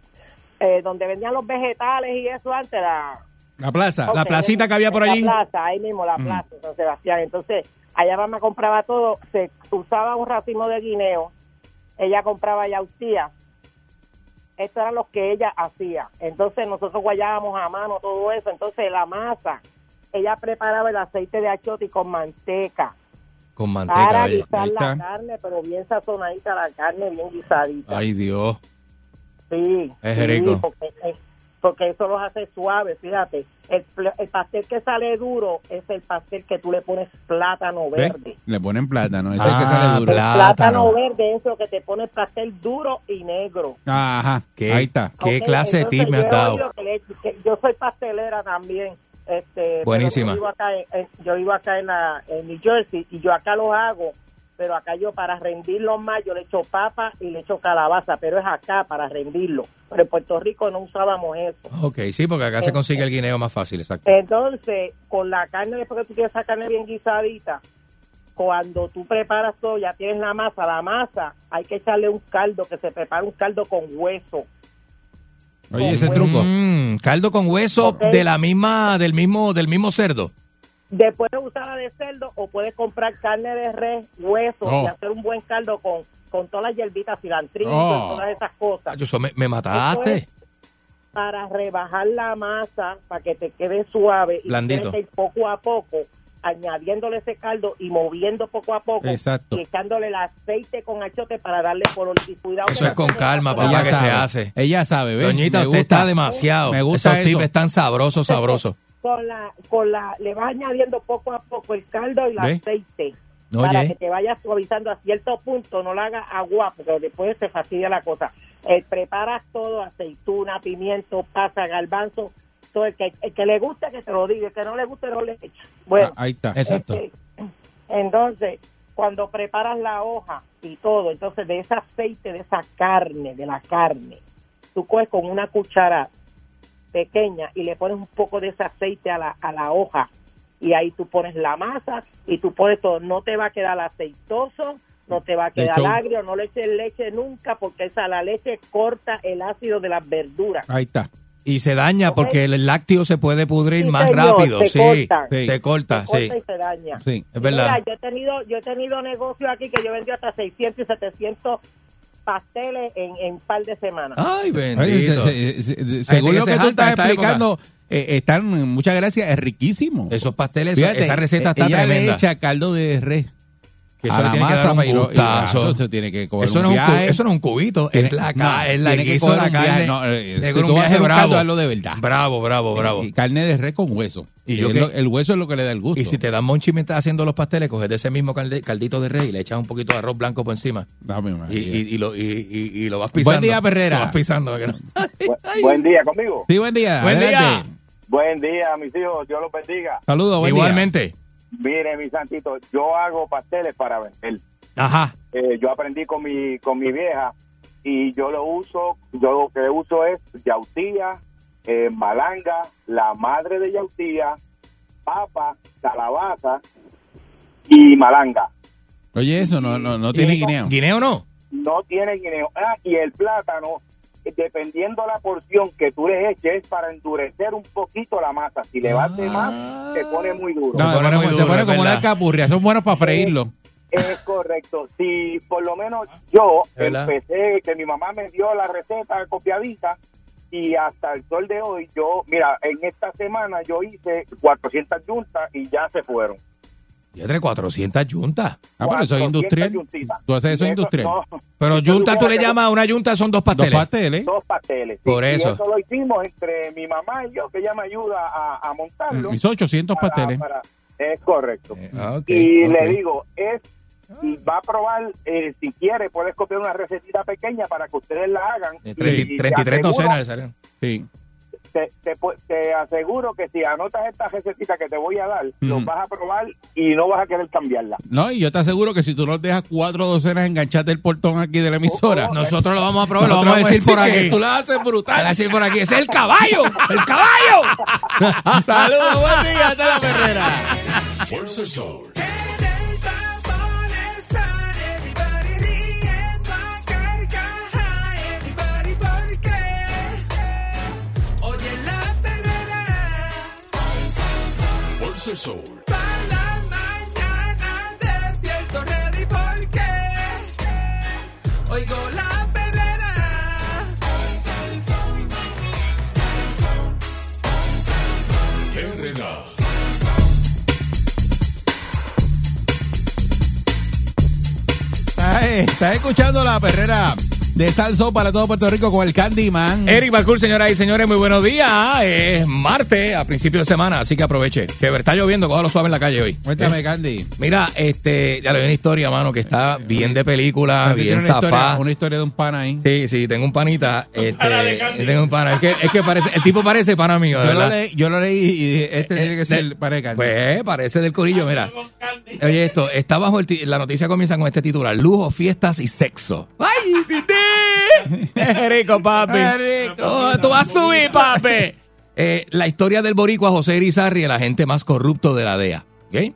eh, donde vendían los vegetales y eso antes la
La plaza.
Ok, la plaza, ahí mismo, la
Mm.
plaza, San Sebastián. Entonces, allá mamá compraba todo, se usaba un racimo de guineo, ella compraba yautía. Estos eran los que ella hacía. Entonces, nosotros guayábamos a mano todo eso. Entonces, la masa, ella preparaba el aceite de achiote con manteca
Con
para
manteca, oye.
guisar la carne, pero bien sazonadita la carne, bien guisadita.
Ay, Dios.
Sí,
Es
sí,
rico.
Porque, eh, porque eso los hace suaves, fíjate. El, pl- el pastel que sale duro es el pastel que tú le pones plátano
¿Ves?
verde.
Le ponen plátano. Ese es el que
Ah,
sale duro.
plátano.
Plátano verde es lo que te pone el pastel duro y negro.
Ajá.
¿Qué?
Ahí está.
¿Qué
Ok,
clase de
entonces
tip me
yo
has
he
dado?
oído que le- que yo soy pastelera también. Este, pero
Buenísima.
Yo vivo acá, en, en- yo vivo acá en, la, en New Jersey y yo acá los hago, pero acá yo para rendirlos más, yo le echo papa y le echo calabaza, pero es acá para rendirlo. Pero en Puerto Rico no usábamos eso.
Ok, sí, porque acá se consigue
Este.
el guineo más fácil, exacto.
Entonces, con la carne, después que tú tienes esa carne bien guisadita, cuando tú preparas todo, ya tienes la masa. La masa hay que echarle un caldo, que se prepara un caldo con hueso.
Oye, ese truco.
Mm, caldo con hueso
Ok.
de la misma, del mismo, del mismo cerdo.
Después de usarla de cerdo o puedes comprar carne de res, hueso
No.
y hacer un buen caldo con, con todas las hierbitas, cilantrillo,
No.
todas esas cosas.
Oh. Ay, eso me, me mataste.
Para rebajar la masa, para que te quede suave. Y
Blandito.
tienes que ir poco a poco añadiéndole ese caldo y moviendo poco a poco.
Exacto.
Y echándole el aceite con achote para darle color. Y cuidado
Eso
que
es
no
con
se
calma,
satura.
papá,
Ella
que
sabe.
se hace.
Ella sabe, ¿ves?
Doñita,
Me
usted
gusta.
está demasiado.
Me gusta
Esos
eso.
tips están sabrosos, sabrosos.
Con la, con la, le vas añadiendo poco a poco el caldo y el
¿Ve?
aceite.
No,
para
oye.
que te vayas suavizando a cierto punto, no la hagas agua, porque después te fastidia la cosa. Eh, preparas todo, aceituna, pimiento, pasa, garbanzo, todo el que, el que le guste que te lo diga, el que no le guste no le echa. Bueno,
Ah, ahí está.
Exacto.
este, entonces, cuando preparas la hoja y todo, entonces de ese aceite, de esa carne, de la carne, tú coges con una cuchara pequeña y le pones un poco de ese aceite a la, a la hoja. Y ahí tú pones la masa y tú pones todo. No te va a quedar aceitoso, no te va a
De
quedar
hecho-
agrio, no le eches leche nunca porque esa, la leche corta el ácido de las verduras.
Ahí está.
Y se daña porque el lácteo se puede pudrir
Sí,
más
señor,
rápido.
se
sí,
cortan.
se corta,
corta
Ah, sí.
y se daña.
Sí, es
Mira,
verdad.
yo he tenido, yo he tenido negocios aquí que yo vendí hasta 600 y 700 pasteles en, en un par de semanas.
Ay,
Ay, se-
bendito.
se- se- se- según
Hay gente
lo
que
que
se
tú
jacta
estás
en esta
explicando, eh, están, muchas gracias, es riquísimo.
Esos pasteles,
Fíjate, e- eh,
esa receta está
ella le
tremenda.
echa caldo de res.
Que eso le tiene que dar un
para ir-
gustazo.
eso- eso tiene que comer
Eso
un
no, es un, cu-
viaje.
eso no es un cubito, es
Tiene-
la,
no,
ca- es la
tiene que
guiso de la
coger un
carne.
viaje, no, eh,
Tiene
si
que
tú
un
vas a
viaje
hacer un caldo,
bravo.
hazlo de verdad. Eh,
Bravo, bravo, bravo.
Y carne de res con hueso.
Y yo
Es
que-
lo- el hueso es lo que le da el gusto.
Y si te dan monchi mientras haciendo los pasteles, coges de ese mismo calde- caldito de rey y le echas un poquito de arroz blanco por encima.
Dame, María.
Y, y- y lo, y, y- y lo vas pisando.
Buen día, Perrera.
Lo vas pisando. ¿verdad que no?
Buen día, conmigo.
Sí, buen día.
Buen
adelante.
Buen día, mis hijos. Dios los bendiga.
Saludos, buen
Igualmente.
Mire, mi santito, yo hago pasteles para vender.
Ajá.
Eh, yo aprendí con mi con mi vieja y yo lo uso, yo lo que uso es yautía, eh, malanga, la madre de yautía, papa, calabaza y malanga.
Oye, eso no, no, no tiene guineo.
¿Guineo no?
No tiene guineo. Ah, y el plátano, eh, dependiendo la porción que tú le eches, es para endurecer un poquito la masa. Si le vas
Ah.
de más, se pone muy duro.
No, se pone,
muy
se
duro,
pone
es
como
verdad. Oh.
una capurria. Son buenos para freírlo.
Es correcto. Si por lo menos yo
Ah. Es verdad.
empecé, que mi mamá me dio la receta copiadita y hasta el sol de hoy, yo, mira, en esta semana yo hice 400 yuntas y ya se fueron.
Y entre 400 yuntas.
Ah, pero eso es
400
industrial.
yuntitas.
Tú haces eso industrial.
no.
Pero
Eso
yunta tú
supone
le
que
llamas a una yunta, son dos pasteles.
pasteles.
Dos pasteles. sí.
Por
Y
eso.
lo hicimos entre mi mamá y yo, que ella me ayuda a, a
Mm,
montarlo.
Hizo 800
para-
pasteles.
para- es correcto.
ah, ok,
y
ok.
le digo, es y va a probar, eh, si quiere, puedes copiar una recetita pequeña para que ustedes la hagan.
Eh,
Y- y
30
te
33
aseguro-
docenas le salieron.
Sí.
Te, te pu- te aseguro que si anotas esta recetita que te voy a dar, los
Ujú.
vas a probar y no vas a querer cambiarla.
No, y yo te aseguro que si tú nos dejas cuatro docenas enganchadas del portón aquí de la emisora,
Oh, nosotros lo vamos a probar, lo vamos a decir por aquí.
Tú la haces brutal.
Ahora sí, por aquí. ¡Es el caballo! ¡El caballo!
Saludos, buen
día, hasta la perrera.
Fuerza el sol.
Oye la perrera.
Fuerza el sol.
Para la mañana despierto ready porque oigo la perrera.
Herrera.
Estás, e-, estás escuchando la perrera de Salso para todo Puerto Rico con el Candyman.
Eric Balcour, señoras y señores, muy buenos días. Es martes, a principio de semana, así que aproveche. Que está lloviendo, cógalo suave en la calle hoy.
Cuéntame,
Eh,
Candy.
Mira, este, ya le doy una historia, mano, que está bien de película,
Candy tiene Ah,
bien
una historia,
zafada.
una historia de un pana ahí.
Sí, sí, tengo un panita.
de Candy.
Este, tengo un pana. Es que, es que parece, el tipo parece pana mío, de
Yo lo,
¿verdad?
leí, yo lo leí y dije, este
Eh,
tiene que ser
del-
el pana de Candy.
Pues parece del corillo, mira. Oye, esto, está bajo el ti- la noticia comienza con este titular: Lujo, fiestas y sexo. ¡Ay, <laughs> tití! ¡Es rico, papi! Oh, ¡Tú vas a subir, papi! Eh, la historia del boricua José Irizarry, el agente más corrupto de la DEA. ¿ok?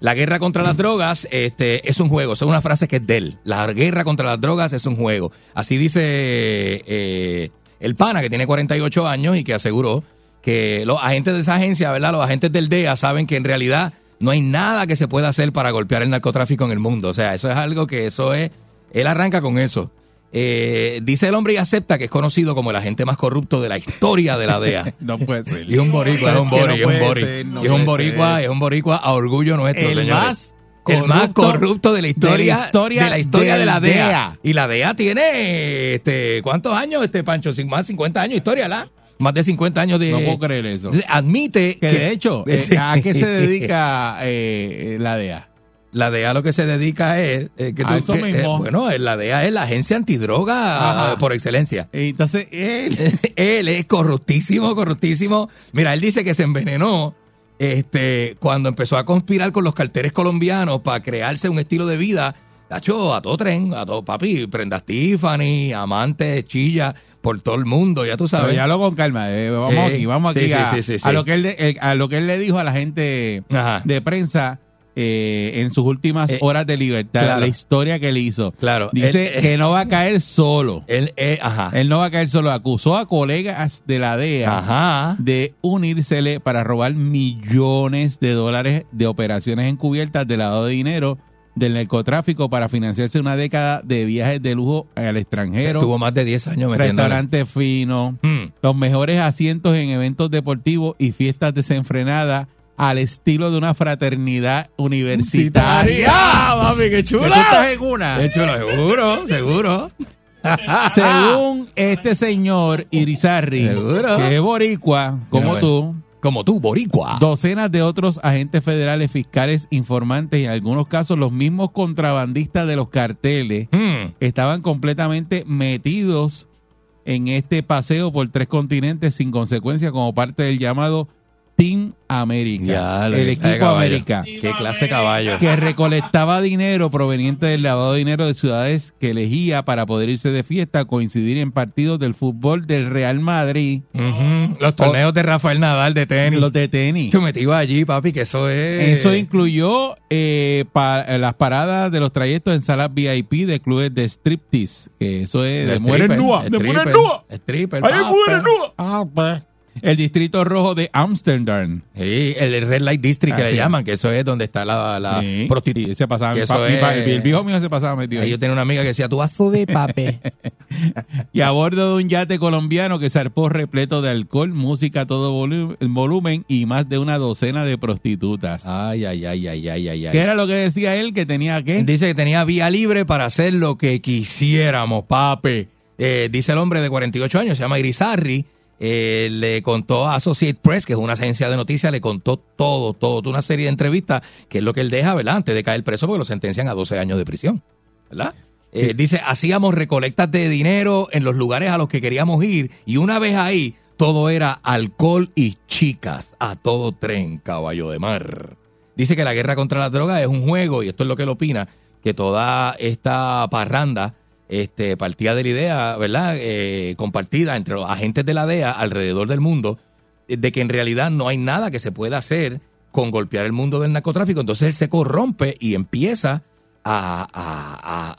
La guerra contra las drogas este, es un juego. Esa es una frase que es de él. La guerra contra las drogas es un juego. Así dice eh, el pana, que tiene 48 años y que aseguró que los agentes de esa agencia, ¿verdad? Los agentes del DEA saben que en realidad no hay nada que se pueda hacer para golpear el narcotráfico en el mundo. O sea, eso es algo que eso es... Él arranca con eso. Eh, dice el hombre y acepta que es conocido como el agente más corrupto de la historia de la E DEA.
No puede ser.
Y es un boricua, es un
Es que no
boricua, es un
puede
boricua.
ser, no
es un
puede
boricua,
ser.
es un boricua a orgullo nuestro,
El
señores.
más
el más
corrupto
corrupto de la historia
de la historia
de la, historia de la
del
DEA.
DEA.
Y la DEA tiene este ¿cuántos años este Pancho? Sin- Más de 50 años de historia, ¿la? Más de 50 años de
No puedo creer eso.
Admite
Que de hecho, eh, ¿a qué se dedica eh, eh, la DEA?
<laughs> La DEA lo que se dedica es eh, que
A eso
que- eh,
mismo.
bueno, eh, la DEA es la agencia antidroga
Ajá.
eh, por excelencia.
Entonces,
Eh,
él.
<laughs> él es corruptísimo, corruptísimo. Mira, él dice que se envenenó este, cuando empezó a conspirar con los carteles colombianos para crearse un estilo de vida. Tacho, a todo tren, a todo papi, prendas Tiffany, amantes, chilla, por todo el mundo, ya tú
Pero
sabes.
ya lo con calma. eh, vamos
Eh,
aquí, vamos
sí,
aquí.
sí,
eh, a,
sí, sí, sí. Ah.
a lo que él, de- el- a lo que él le dijo a la gente
Ajá.
de prensa eh, en sus últimas horas de libertad,
claro.
la historia que él hizo.
Claro.
Dice
Él- eh,
que no va a caer solo.
Él, eh, ajá.
Él no va a caer solo. Acusó a colegas de la DEA de unírsele para robar millones de dólares de operaciones encubiertas de lavado de dinero del narcotráfico para financiarse una década de viajes de lujo al extranjero.
Estuvo más de 10 años metiéndole. Mm.
Restaurante fino, los mejores asientos en eventos deportivos y fiestas desenfrenadas al estilo de una fraternidad universitaria.
papi, qué
Que tú estás en una.
Qué chulo,
<laughs>
seguro, seguro.
Según este señor Irizarri, que es boricua, como
Mira,
tú,
<laughs> Como tú, boricua.
docenas de otros agentes federales, fiscales, informantes y en algunos casos los mismos contrabandistas de los carteles
Mm.
estaban completamente metidos en este paseo por tres continentes sin consecuencia como parte del llamado Team América,
Ya, la
el
que-
equipo
qué caballo.
América
Qué clase de caballo.
que recolectaba dinero proveniente del lavado de dinero de ciudades que elegía para poder irse de fiesta, coincidir en partidos del fútbol del Real Madrid.
Los torneos de Rafael Nadal de tenis. Los
de tenis.
Yo metí allí, papi, que eso es.
Eso incluyó eh, pa- eh, las paradas de los trayectos en salas VIP de clubes de striptease. que eso es de,
De
mujeres
stripper,
nuas, de
stripper, Ah,
mujeres
pues.
nuas.
stripper,
Ahí hay
papá.
mujeres nuas. El distrito rojo de Amsterdam.
Sí, el Red Light District que
Ah,
le
sí.
llaman, que eso es donde está la, la
Sí.
prostitución.
Se pasaba mi pa- mi pa- el viejo mío se pasaba metido ahí.
Yo tenía una amiga que decía, tú vas a subir, papi.
y a bordo de un yate colombiano que zarpó repleto de alcohol, música a todo volu- volumen y más de una docena de prostitutas.
<laughs> Ay, ay, ay, ay, ay, ay, ay.
¿Qué era lo que decía él? Que tenía que...
Dice que tenía vía libre para hacer lo que quisiéramos, papi. Eh, dice el hombre de 48 años, se llama Irizarri. eh, le contó a Associate Press, que es una agencia de noticias, le contó todo, todo, toda una serie de entrevistas, que es lo que él deja, ¿verdad? Antes de caer preso, porque lo sentencian a 12 años de prisión, ¿verdad? Eh, dice, hacíamos recolectas de dinero en los lugares a los que queríamos ir, y una vez ahí, todo era alcohol y chicas, a todo tren, caballo de mar. Dice que la guerra contra la droga es un juego, y esto es lo que él opina, que toda esta parranda este, partía de la idea, ¿verdad? Eh, compartida entre los agentes de la DEA alrededor del mundo, eh, de que en realidad no hay nada que se pueda hacer con golpear el mundo del narcotráfico. Entonces él se corrompe y empieza a, a-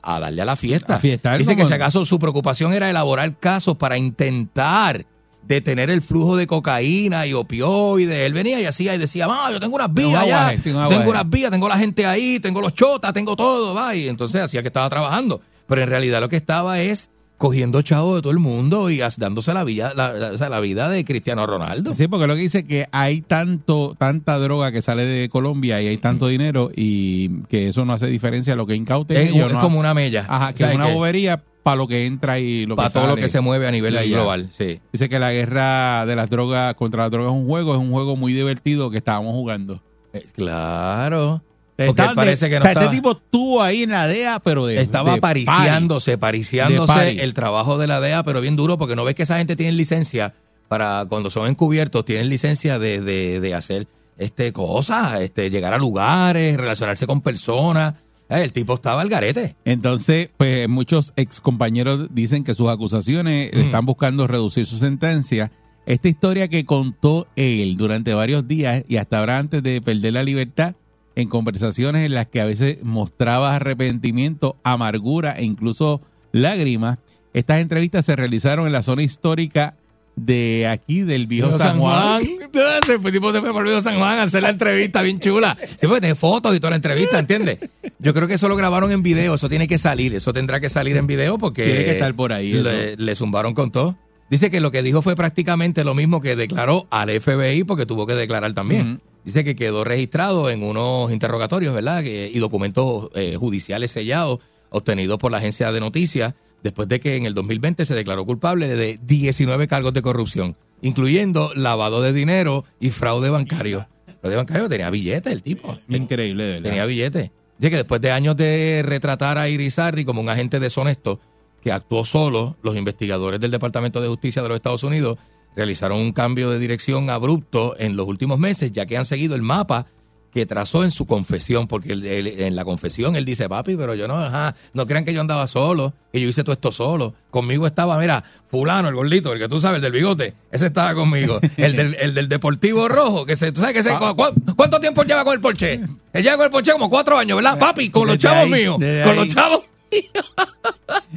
a- a darle a la fiesta.
A fiestar,
Dice que
mamón.
si acaso su preocupación era elaborar casos para intentar detener el flujo de cocaína y opioides. Él venía y hacía y decía, vamos, yo tengo unas
Sin un
vías allá,
aguaje, sin un aguaje.
tengo unas vías, tengo la gente ahí, tengo los chotas, tengo todo, va. Y entonces hacía que estaba trabajando. Pero en realidad lo que estaba es cogiendo chavo de todo el mundo y as- dándose la vida, la, la- o sea, la vida de Cristiano Ronaldo.
Sí, porque lo que dice que hay tanto, tanta droga que sale de Colombia y hay tanto dinero y que eso no hace diferencia a lo que incauten.
Mm. Es,
ellos,
es
no-
como una mella.
Ajá, que es
¿Sabes
una
qué?
bobería para lo que entra y lo
Para
que
todo lo
sale.
que se mueve a nivel
Ya, ya.
global. Sí.
Dice que la guerra de las drogas contra las drogas es un juego, es un juego muy divertido que estábamos jugando.
Eh, Claro. Porque
Estaban de-
parece que no
o sea,
estaba-
este tipo estuvo ahí en la DEA, pero de
Estaba
de party.
pariciándose,
De party.
pariciándose el trabajo de la DEA, pero bien duro, porque no ves que esa gente tiene licencia para cuando son encubiertos, tienen licencia de, de- de hacer este cosas, este, llegar a lugares, relacionarse con personas. Eh, El tipo estaba al garete.
Entonces, pues muchos excompañeros dicen que sus acusaciones están buscando reducir su sentencia. Esta historia que contó él durante varios días y hasta ahora antes de perder la libertad, en conversaciones en las que a veces mostraba arrepentimiento, amargura e incluso lágrimas, estas entrevistas se realizaron en la zona histórica de aquí del viejo San Juan.
Ese tipo se fue por Viejo San Juan a hacer la entrevista bien chula. Sí, porque tiene fotos y toda la entrevista, ¿entiendes? Yo creo que eso lo grabaron en video, eso tiene que salir, eso tendrá que salir en video porque...
Tiene que estar por ahí,
Le, le zumbaron con todo. Dice que lo que dijo fue prácticamente lo mismo que declaró al FBI porque tuvo que declarar también. Dice que quedó registrado en unos interrogatorios, ¿verdad? Que- y documentos eh, judiciales sellados obtenidos por la agencia de noticias después de que en el 2020 se declaró culpable de 19 cargos de corrupción, incluyendo lavado de dinero y fraude bancario. Fraude bancario tenía billetes el tipo.
Increíble, de verdad.
Tenía billete. Dice que después de años de retratar a Irizarry como un agente deshonesto que actuó solo, los investigadores del Departamento de Justicia de los Estados Unidos realizaron un cambio de dirección abrupto en los últimos meses, ya que han seguido el mapa que trazó en su confesión, porque él- él- en la confesión él dice, papi, pero yo no, ajá, no crean que yo andaba solo, que yo hice todo esto solo. Conmigo estaba, mira, fulano, el gordito, el que tú sabes, el del bigote, ese estaba
<laughs>
conmigo. El del, el del deportivo rojo, que se, tú sabes que se,
Ah.
¿cu- cu- ¿cuánto tiempo él lleva con el Porsche? Él lleva con el Porsche como cuatro años, ¿verdad? Papi, con los
Desde
chavos
ahí,
míos,
desde
con los
ahí.
chavos.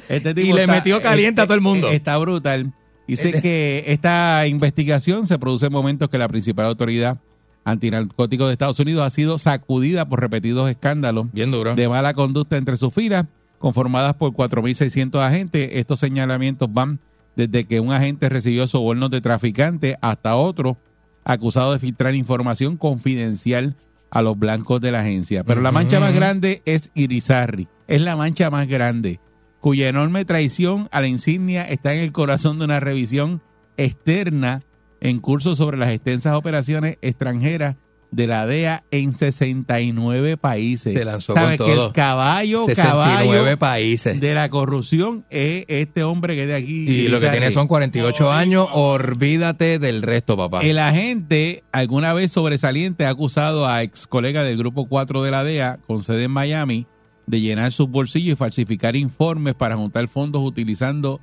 Este
Y le metió caliente a todo el mundo. Este-
Está brutal. Dice que esta investigación se produce en momentos que la principal autoridad antinarcótico de Estados Unidos ha sido sacudida por repetidos escándalos de mala conducta entre sus filas, conformadas por 4.600 agentes. Estos señalamientos van desde que un agente recibió sobornos de traficante hasta otro acusado de filtrar información confidencial a los blancos de la agencia. Pero la mancha más
Ujú.
grande es Irizarry. Es la mancha más grande, cuya enorme traición a la insignia está en el corazón de una revisión externa en curso sobre las extensas operaciones extranjeras de la DEA en 69 países.
Se lanzó
¿Sabe
con
que
todo.
El caballo,
69
caballo
países.
de la corrupción es este hombre que es de aquí.
Y lo que
Irizarry.
tiene son 48 años, olvídate del resto, papá.
El agente, alguna vez sobresaliente, ha acusado a ex colega del Grupo 4 de la DEA, con sede en Miami, de llenar sus bolsillos y falsificar informes para juntar fondos utilizando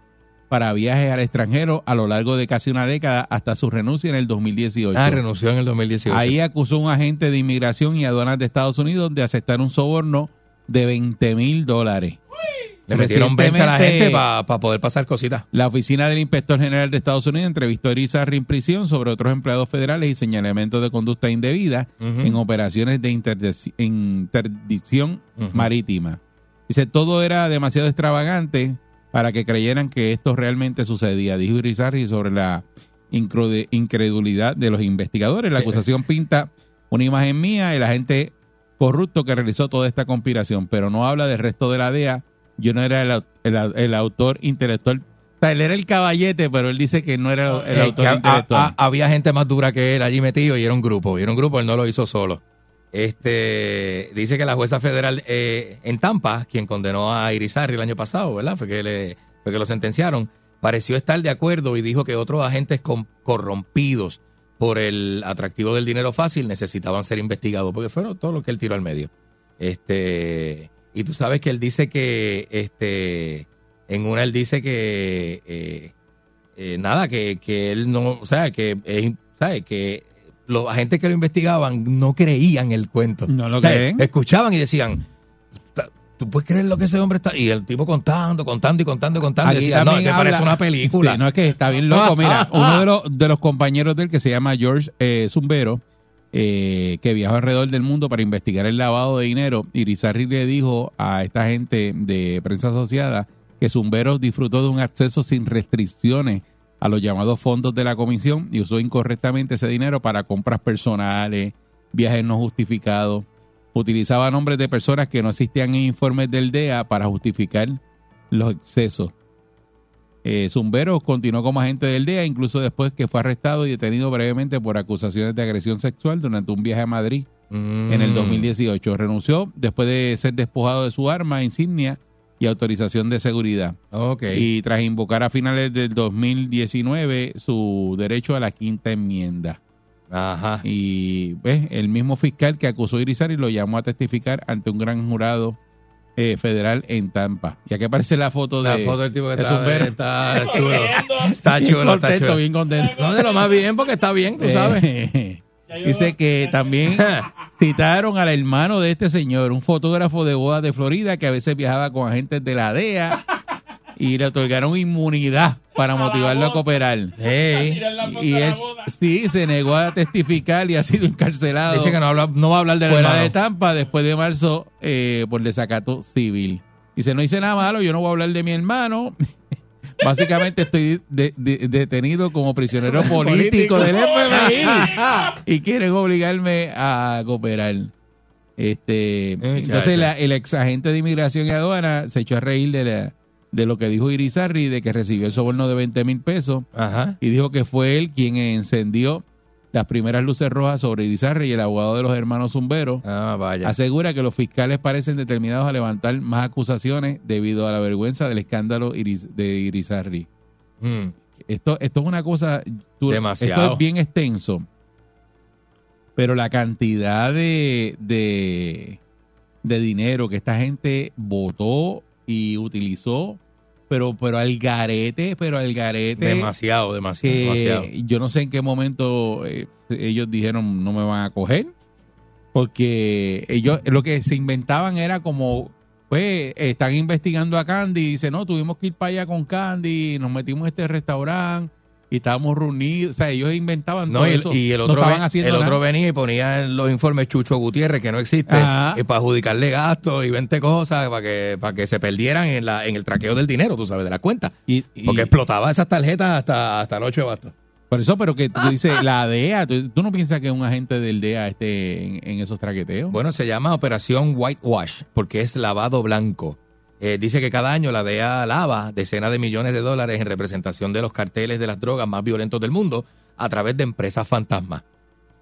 para viajes al extranjero a lo largo de casi una década hasta su renuncia en el 2018.
Ah, renunció en el 2018.
Ahí acusó a un agente de inmigración y aduanas de Estados Unidos de aceptar un soborno de 20 mil dólares.
Le metieron 20 a la
Recientemente-
gente para poder pasar cositas.
la oficina del inspector general de Estados Unidos entrevistó a Irizarry en prisión sobre otros empleados federales y señalamientos de conducta indebida
Ujú.
en operaciones de interdec- interdicción marítima. Dice, todo era demasiado extravagante para que creyeran que esto realmente sucedía, dijo Irizarry sobre la incrude- incredulidad de los investigadores. La acusación pinta una imagen mía, el agente corrupto que realizó toda esta conspiración, pero no habla del resto de la DEA. Yo no era el, au- el au- el autor intelectual. O sea, él era el caballete, pero él dice que no era el, el
Eh,
autor
que ha-
intelectual.
ha- ha- había gente más dura que él allí metido y era un grupo. Y era un grupo, él no lo hizo solo. Este dice que la jueza federal eh, en Tampa, quien condenó a Irizarry el año pasado, ¿verdad? Fue que le, fue que lo sentenciaron. Pareció estar de acuerdo y dijo que otros agentes com- corrompidos por el atractivo del dinero fácil necesitaban ser investigados porque fueron todo lo que él tiró al medio. Este, y tú sabes que él dice que, este, en una él dice que eh, eh, nada, que, que él no, o sea, que es, ¿sabes? que los agentes que lo investigaban no creían el cuento. No
lo creen.
Escuchaban y decían, ¿tú puedes creer lo que ese hombre está? Y el tipo contando, contando y contando y contando.
Aquí
y decía, no, es
también
que
habla-
parece una película.
Sí, no es que está bien loco. Mira,
<laughs>
uno de los, de los compañeros del que se llama George eh, Zumbero, eh, que viajó alrededor del mundo para investigar el lavado de dinero, Irizarry le dijo a esta gente de prensa asociada que Zumbero disfrutó de un acceso sin restricciones a los llamados fondos de la comisión y usó incorrectamente ese dinero para compras personales, viajes no justificados. Utilizaba nombres de personas que no existían en informes del DEA para justificar los excesos. Eh, Zumbero continuó como agente del DEA, incluso después que fue arrestado y detenido brevemente por acusaciones de agresión sexual durante un viaje a Madrid
Mm,
en el 2018. Renunció después de ser despojado de su arma, insignia y autorización de seguridad.
Ok.
Y tras invocar a finales del 2019 su derecho a la quinta enmienda.
Ajá.
Y ¿ves? el mismo fiscal que acusó a Irizarry lo llamó a testificar ante un gran jurado eh, federal en Tampa. Y aquí aparece la foto
La
de
foto del tipo que
de
está,
Zumbero.
está chulo.
<laughs>
Está
Bien
chulo, está
contento,
chulo.
bien contento.
No, de lo más bien, porque está bien, tú <laughs> sabes.
Eh, dice que también citaron al hermano de este señor, un fotógrafo de bodas de Florida que a veces viajaba con agentes de la DEA y le otorgaron inmunidad para motivarlo a cooperar.
Hey.
Y es sí se negó a testificar y ha sido encarcelado.
Dice que no, habla- no va a hablar del
fuera
hermano.
de Tampa después de marzo eh, por desacato civil. Dice, no hice nada malo, yo no voy a hablar de mi hermano. <laughs> Básicamente estoy de- de- detenido como <laughs> prisionero político, del FBI <laughs> y quieren obligarme a cooperar. Este, entonces la- el ex agente de inmigración y aduana se echó a reír de, la- de lo que dijo Irizarry de que recibió el soborno de 20 mil pesos
Ajá.
y dijo que fue él quien encendió las primeras luces rojas sobre Irizarry y el abogado de los hermanos Zumbero
Ah,
asegura que los fiscales parecen determinados a levantar más acusaciones debido a la vergüenza del escándalo Iris- de Irizarry.
Mm,
Esto, esto es una cosa tú-
Demasiado.
Esto es bien extenso. Pero la cantidad de, de, de dinero que esta gente votó y utilizó, pero, pero al garete, pero al garete.
Demasiado, demasiado,
que
demasiado.
Yo no sé en qué momento eh, ellos dijeron no me van a coger, porque ellos lo que se inventaban era como, pues, están investigando a Candy, y dice, no, tuvimos que ir para allá con Candy, nos metimos a este restaurante y estábamos reunidos, o sea, ellos inventaban
No,
todo
y, el-
eso.
y el
No
otro,
estaban
ve-
haciendo
el
nada.
otro venía y ponía en los informes Chucho Gutiérrez, que no existe,
Ajá.
y para adjudicarle gastos y 20 cosas para que, para que se perdieran en, la, en el traqueo del dinero, tú sabes, de la cuenta. Porque explotaba esas tarjetas hasta, hasta el 8 de basto.
Por eso, pero que tú dices, la DEA, ¿tú, tú no piensas que un agente del DEA esté en, en esos traqueteos?
Bueno, se llama Operación Whitewash porque es lavado blanco. Eh, dice que cada año la DEA lava decenas de millones de dólares en representación de los carteles de las drogas más violentos del mundo a través de empresas fantasmas.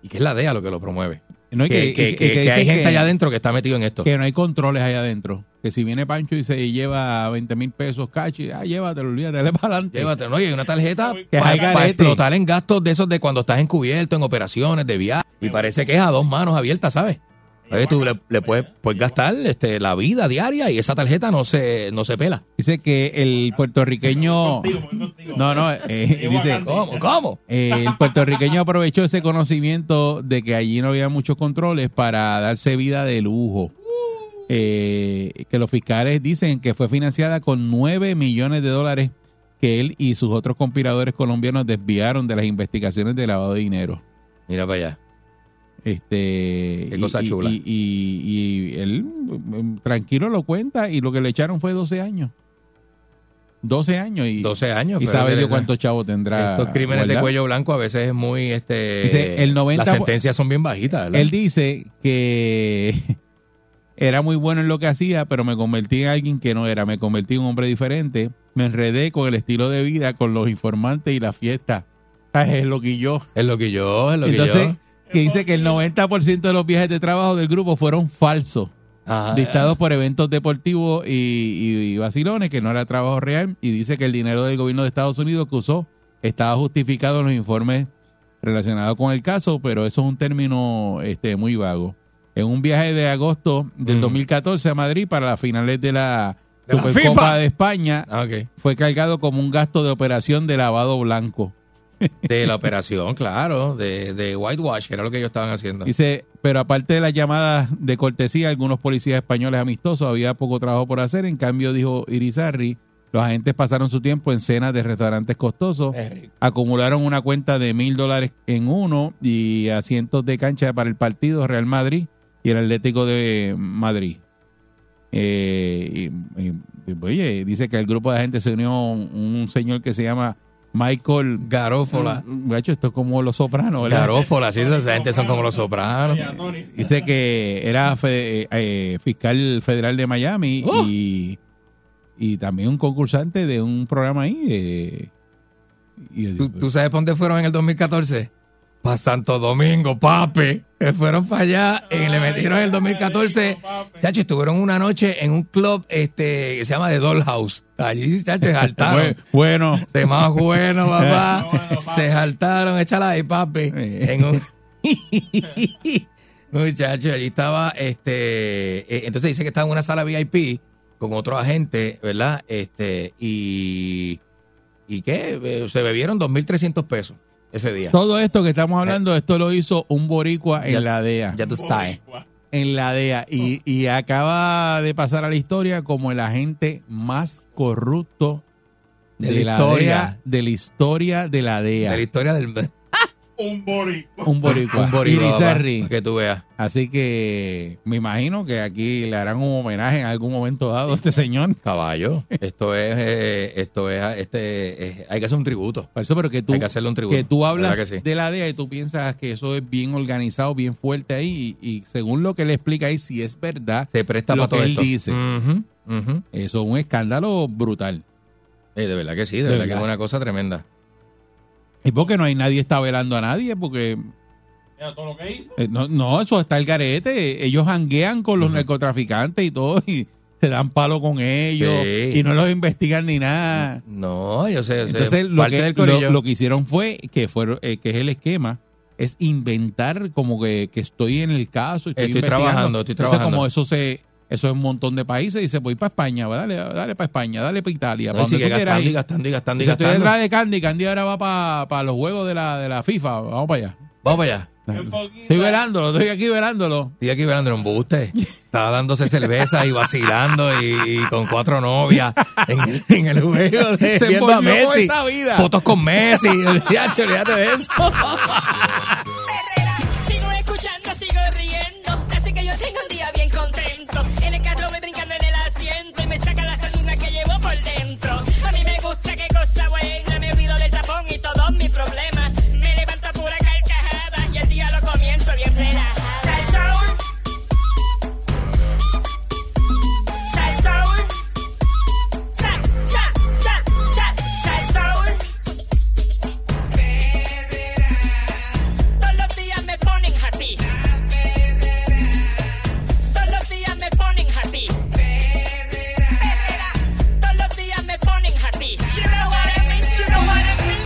Y que es la DEA lo que lo promueve.
No, y que-
que, que-
y que-
que-
y que
que hay
dicen
gente
que-
allá adentro que está metido en esto.
Que no hay controles allá adentro. Que si viene Pancho y se lleva 20 mil pesos cachi, ah, llévatelo, olvídate, <laughs> dale para adelante.
Llévatelo, ¿no? Y hay una tarjeta
Que es
para,
al garete.
explotar en gastos de esos de cuando estás encubierto, en operaciones, de viaje. Y parece que es a dos manos abiertas, ¿sabes? Oye, tú le, le puedes, puedes gastar este, la vida diaria y esa tarjeta no se, no se pela.
Dice que el puertorriqueño. No, no, eh, dice.
¿Cómo? ¿Cómo?
eh, el puertorriqueño aprovechó ese conocimiento de que allí no había muchos controles para darse vida de lujo. Eh, que los fiscales dicen que fue financiada con 9 millones de dólares que él y sus otros conspiradores colombianos desviaron de las investigaciones de lavado de dinero.
Mira para allá.
Este,
Qué cosa
y, y-
chula.
Y, y- y él mm, tranquilo lo cuenta y lo que le echaron fue 12 años. 12 años y,
12 años.
y
fue lo
sabe
que
Dios
le-
cuántos chavos tendrá.
Estos crímenes de
guardado.
cuello blanco a veces es muy. este
Dice, el 90
Las sentencias son bien bajitas, ¿verdad?
Él dice que <laughs> era muy bueno en lo que hacía, pero me convertí en alguien que no era. Me convertí en un hombre diferente. Me enredé con el estilo de vida, con los informantes y la fiesta. <laughs> Ay, Es lo que yo.
Es lo que yo, es lo que
Entonces,
yo.
que dice que el 90% de los viajes de trabajo del grupo fueron falsos,
Ajá.
listados por eventos deportivos y, y- y vacilones, que no era trabajo real, y dice que el dinero del gobierno de Estados Unidos que usó estaba justificado en los informes relacionados con el caso, pero eso es un término este, muy vago. En un viaje de agosto del 2014 a Madrid para las finales de la
De la
Supercopa
FIFA.
de España,
Ah, ok.
fue cargado como un gasto de operación de lavado blanco.
De la operación, claro, de, de whitewash, que era lo que ellos estaban haciendo.
Dice, pero aparte de las llamadas de cortesía, algunos policías españoles amistosos, había poco trabajo por hacer. En cambio, dijo Irizarry, los agentes pasaron su tiempo en cenas de restaurantes costosos,
Eh.
acumularon una cuenta de mil dólares en uno y asientos de cancha para el partido Real Madrid y el Atlético de Madrid. Eh, y- y- y, oye, dice que al grupo de gente se unió un, un señor que se llama Michael Mm,
Garófola.
Gacho, esto es como los sopranos, ¿verdad?
Garófola, sí, esa gente son como los sopranos.
Dice que era fe- eh, fiscal federal de Miami y, y también un concursante de un programa ahí. eh, y yo digo,
¿Tú, tú sabes para dónde fueron en el 2014? Para Santo Domingo, papi. Que fueron para allá y le metieron en el 2014. Chacho, estuvieron una noche en un club este que se llama The Dollhouse. Allí, chacho, se jaltaron.
bueno.
De más bueno, papá. Se jaltaron, échala ahí, papi. En un... Muchacho, allí estaba, este, eh, entonces dice que estaba en una sala VIP con otro agente, ¿verdad? Este, y, ¿y qué? Eh, Se bebieron 2.300 pesos ese día.
Todo esto que estamos hablando, esto lo hizo un boricua en la DEA.
Eh, Ya tú sabes.
En la DEA. Y, y acaba de pasar a la historia como el agente más corrupto
De
de,
la
la,
historia.
DEA, de la historia de la DEA.
De la historia <laughs> del...
Un boricua.
Un boricua.
Un boricua,
Irizarry.
papá, que tú veas.
Así que me imagino que aquí le harán un homenaje en algún momento dado a este señor.
Caballo. Esto es, eh, esto es, este, es- hay que hacer un tributo.
Por eso, pero que tú,
Hay que hacerle un tributo.
que tú hablas
¿Verdad que sí?
de la DEA y tú piensas que eso es bien organizado, bien fuerte ahí. Y, y según lo que él explica ahí, si es verdad
Se presta
lo
para todo
que él
esto.
dice.
Ujú, ujú.
Eso es un escándalo brutal.
Eh, de verdad que sí, de,
De
verdad, que
verdad.
es una cosa tremenda.
Y porque no hay nadie está velando a nadie, porque
Mira todo lo que hizo.
eh, no, no, eso está el garete. Ellos janguean con los narcotraficantes y todo, y se dan palo con ellos,
Sí.
y no los investigan ni nada.
No, yo sé, yo sé.
Entonces, lo
Parte
que,
del
lo,
corillo.
lo que hicieron fue que, fueron, eh, que es el esquema es inventar como que, que estoy en el caso. Estoy,
Estoy
investigando.
trabajando, estoy
Entonces,
trabajando.
como eso se eso es un montón de países, dice, voy para España, va, dale, dale para España, dale para Italia,
No,
para
y sigue
donde tú quieras
gastando y
ir.
gastando y gastando y
Dice, estoy
gastando.
detrás de Candy, Candy ahora va para los juegos de la, de la FIFA, vamos para allá.
Vamos para allá.
Estoy velándolo, estoy aquí velándolo.
Estoy aquí velando en un buste. Estaba dándose cerveza y vacilando y, y con cuatro novias en el, en el juego de
Se
viendo a
envolvió con
Messi.
esa vida.
Fotos con Messi. <laughs> Ya, che, olvídate de eso.
Sigo escuchando, sigo riendo. Así que yo tengo un día bien contento. En el carro me brincando en el asiento y me saca la saliva que llevo por dentro. A mí me gusta qué cosa buena. Me olvido del tapón y todos mis problemas. Me levanta pura carcajada y el día lo comienzo bien relajada. Sal Soul. Sal Soul. Sal, sal, sal, sal, sal Soul. Todos los días me ponen happy. Todos los días me ponen happy. Perrera. Todos los días me ponen happy. You know what I mean, you know what I mean.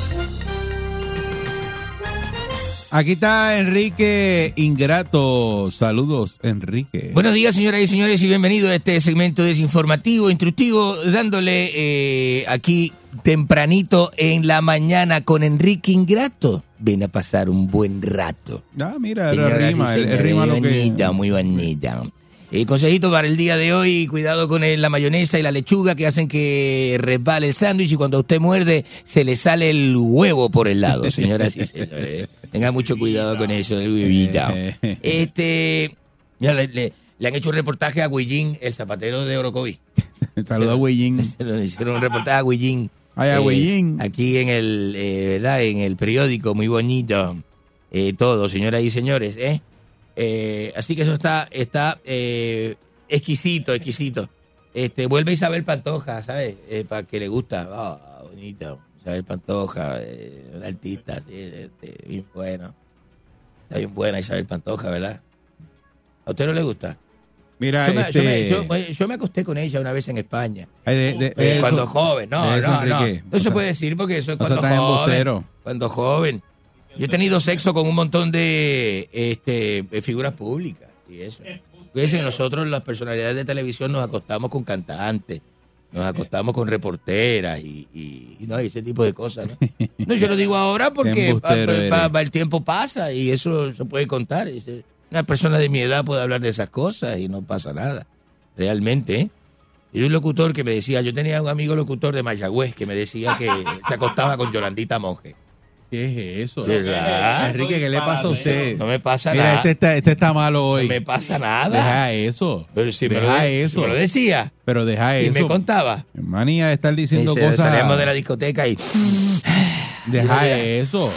Aquí está Enrique Ingrato. Saludos, Enrique.
Buenos días, señoras y señores, y bienvenidos a este segmento desinformativo, instructivo, dándole eh, aquí tempranito en la mañana con Enrique Ingrato. Ven a pasar un buen rato.
Ah, mira,
Señoras y
rima, él- él
señores,
rima lo
muy
que...
bonita, muy bonita. El consejito para el día de hoy, cuidado con eh, la mayonesa y la lechuga que hacen que resbale el sándwich y cuando usted muerde se le sale el huevo por el lado, señoras y señores. eh. Tenga mucho cuidado con eso, el huevito.
Eh.
Este, mira, le, le- le han hecho un reportaje a Guillín, el zapatero de Orocovi.
Saludos a Weying.
<laughs> Le hicieron un reportaje a Guillín. Eh,
Ay, a Guillín.
Aquí en el, eh, ¿verdad? En el periódico, muy bonito. Eh, todo, señoras y señores, ¿eh? Eh, así que eso está, está eh, exquisito, exquisito. Este, vuelve Isabel Pantoja, ¿sabes? Eh, para que le gusta. Ah, bonito. Isabel Pantoja, eh, una artista, sí, este, bien buena. Está bien buena Isabel Pantoja, ¿verdad? ¿A usted no le gusta?
Mira,
yo me, yo me-
este-
yo- oye, yo me acosté con ella una vez en España.
Ay, de- de-
Eh,
de
cuando
eso-
joven, no,
de eso,
no, no.
Enrique.
No se puede decir porque eso es
no sea
cuando
tan
joven.
embustero.
Cuando joven. Yo he tenido sexo con un montón de este, eh, figuras públicas y eso. Fíjense, nosotros las personalidades de televisión nos acostamos con cantantes, nos acostamos con reporteras y, y- y no, y ese tipo de cosas. ¿no?
<laughs>
No, yo lo digo ahora porque pa-
embustero
pa-
eres.
pa- pa- el tiempo pasa y eso se puede contar. Y se- Una persona de mi edad puede hablar de esas cosas y no pasa nada, realmente. ¿eh? Y un locutor que me decía, yo tenía un amigo locutor de Mayagüez que me decía que se acostaba con Yolandita Monge.
¿Qué es eso?
¿Verdad?
Enrique, ¿qué le pasa a usted?
No me pasa
Mira,
nada.
este está, este está malo hoy.
No me pasa nada.
Deja eso.
Pero si me
deja
lo de-
eso.
me lo decía.
Pero deja
Y
eso.
me contaba.
Manía de estar diciendo
Dice,
cosas.
Salíamos de la discoteca y...
Deja
Mira.
eso.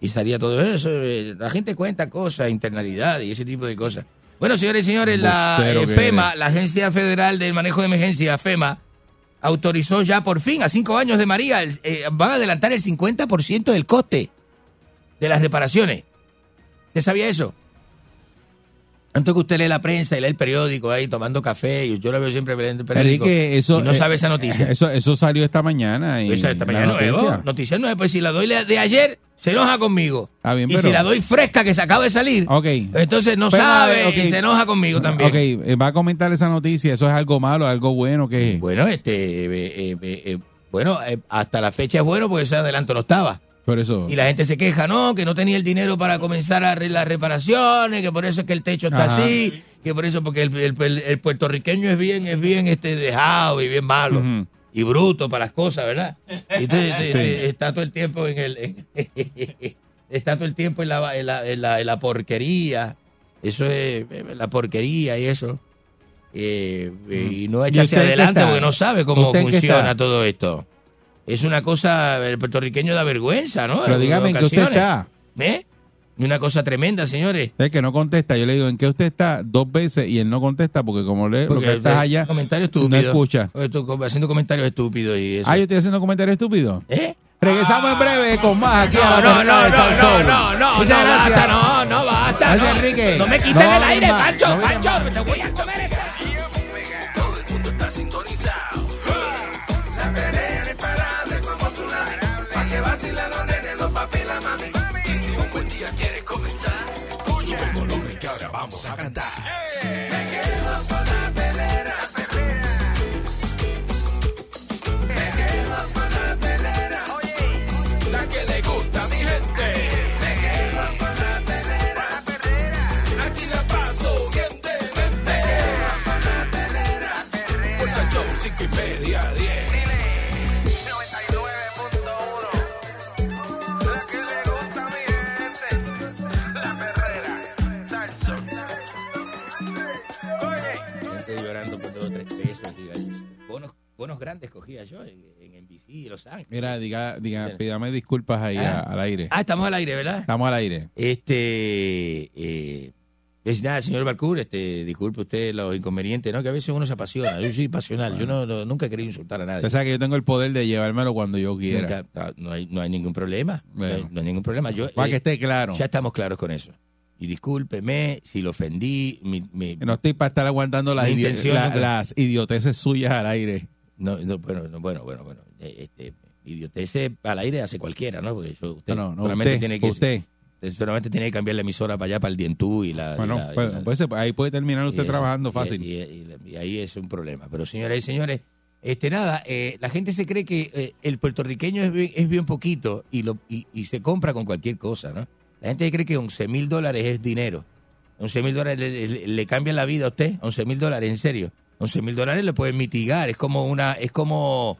y salía todo eso. eh, La gente cuenta cosas, internalidad y ese tipo de cosas. Bueno, señores y señores, la
Embustero
eh,
que
FEMA,
eres.
la Agencia Federal del Manejo de Emergencia, FEMA, autorizó ya por fin a cinco años de María, el- eh, van a adelantar el 50% del coste de las reparaciones. ¿Usted sabía eso? Tanto que usted lee la prensa y lee el periódico ahí tomando café, y yo lo veo siempre leyendo el periódico.
Enrique, eso.
y no
eh,
sabe esa noticia.
<laughs> Eso, eso salió esta mañana. Y
Esa esta mañana
noticia.
nueva. Noticia nueva, pues si la doy la de ayer, se enoja conmigo.
Está Ah, bien,
y
pero.
si la doy fresca, que se acaba de salir,
Ok.
entonces no
Pero, eh,
sabe
ok.
y se enoja conmigo también.
Ok, eh, va a comentar esa noticia. Eso es algo malo, algo bueno que.
Bueno, este, eh, eh, eh, eh, bueno, eh, hasta la fecha es bueno porque ese adelanto no estaba.
Por eso.
Y la gente se queja, no, que no tenía el dinero para comenzar a re- las reparaciones, que por eso es que el techo está
Ajá.
así, que por eso porque el, el- el- el puertorriqueño es bien, es bien este dejado y bien malo.
Ujú.
Y bruto para las cosas, ¿verdad?
<laughs>
Y te- te-
Sí.
te- está todo el tiempo en el en- <laughs> está todo el tiempo en la, en la- en la- en la porquería. Eso es eh, la porquería y eso. Eh, eh, y no
¿Y
echa
usted
hacia
en qué
adelante
está?
porque no sabe cómo
¿Usted en qué
funciona
está?
todo esto. Es una cosa, el puertorriqueño da vergüenza, ¿no?
Pero
En
dígame en qué usted
ocasiones.
está.
¿Eh? Una cosa tremenda, señores.
Es que no contesta. Yo le digo, ¿en qué usted está? Dos veces y él no contesta porque como le, lo
Porque
que estás
usted-
allá,
comentario
no
estúpido.
escucha.
Porque tú co- haciendo comentarios estúpidos y eso.
Ah, yo estoy haciendo comentarios estúpidos.
¿Eh?
Regresamos en breve con más aquí a
No,
la
no,
Perrera
no,
de
no,
Sal
no,
Soul.
no, no,
Muchas
no,
gracias.
basta, no, no, basta.
Gracias,
no.
Enrique.
No me
No
quites el
hables
aire,
más,
Pancho,
no hables
Pancho, te voy a comer esa. Todo el mundo está sintonizado. La perrera imparable como tsunami. Pa' que vacilan los nenes, los papi y la mami. Y si un buen día quieres comenzar, sube el volumen que ahora vamos a cantar. Me quedo con la perrera. Me quedo con la perrera. La que le gusta a mi gente. Me quedo con la perrera. Aquí la paso bien de mente. Me quedo con la perrera. Por Salsón, cinco y media, diez.
Yo estoy llorando por este dos o tres pesos. diga, Bonos, bonos grandes cogía yo en, en NBC y Los Ángeles.
Mira, diga, diga, pídame disculpas ahí a- al aire.
Ah, estamos al aire, ¿verdad?
Estamos al aire.
Este, eh, es nada, señor Balcour, este, disculpe usted los inconvenientes, ¿no? Que a veces uno se apasiona. Yo soy pasional. Yo no, no- nunca he querido insultar a nadie.
Usted sabe que yo tengo el poder de llevármelo cuando yo quiera.
Nunca- ah, no, hay, no hay ningún problema. No, hay,
Bueno.
no hay ningún problema. Yo,
Para
eh,
que este, esté claro.
Ya estamos claros con eso. Y discúlpeme si lo ofendí. mi- mi-
Que No estoy para estar aguantando las,
Mi
idi-
intención
la-
nunca-
las idioteces suyas al aire.
no, no, bueno, no, bueno, bueno, bueno. Eh, Este, idiotece al aire hace cualquiera, ¿no? Porque yo- usted
No, no,
solamente
usted,
tiene que
usted.
usted solamente tiene que cambiar la emisora para allá, para el Dientú y la. y
Bueno,
la- y
pues,
la-
pues, ahí puede terminar usted
y eso,
trabajando
y-
fácil.
Y, y- y ahí es un problema. Pero señoras y señores, este nada, eh, la gente se cree que eh, el puertorriqueño es bien, es bien poquito y, lo, y, y se compra con cualquier cosa, ¿no? La gente cree que 11 mil dólares es dinero. 11 mil dólares le, le- le cambia la vida a usted. 11 mil dólares, en serio. 11 mil dólares le pueden mitigar. Es como una, es como,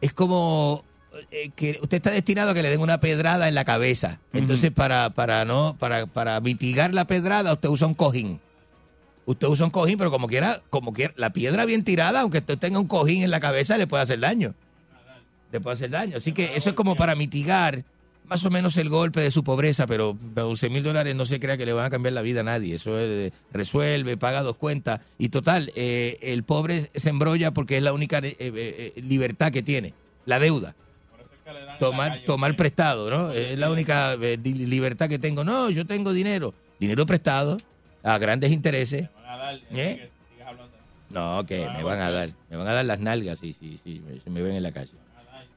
es como eh, que usted está destinado a que le den una pedrada en la cabeza. Entonces para, para no, para, para mitigar la pedrada usted usa un cojín. Usted usa un cojín, pero como quiera, como quiera, la piedra bien tirada, aunque usted tenga un cojín en la cabeza, le puede hacer daño. Le puede hacer daño. Así que eso es como para mitigar más o menos el golpe de su pobreza, pero 11 mil dólares no se crea que le van a cambiar la vida a nadie. Eso es, eh, resuelve, paga dos cuentas. Y total, eh, el pobre se embrolla porque es la única eh, eh, eh, libertad que tiene, la deuda tomar, tomar prestado, ¿no? Es la única eh, di- libertad que tengo. No, yo tengo dinero. Dinero prestado a grandes intereses. ¿Eh? No, que me van a dar. Me van a dar las nalgas si sí, sí, me, si me ven en la calle.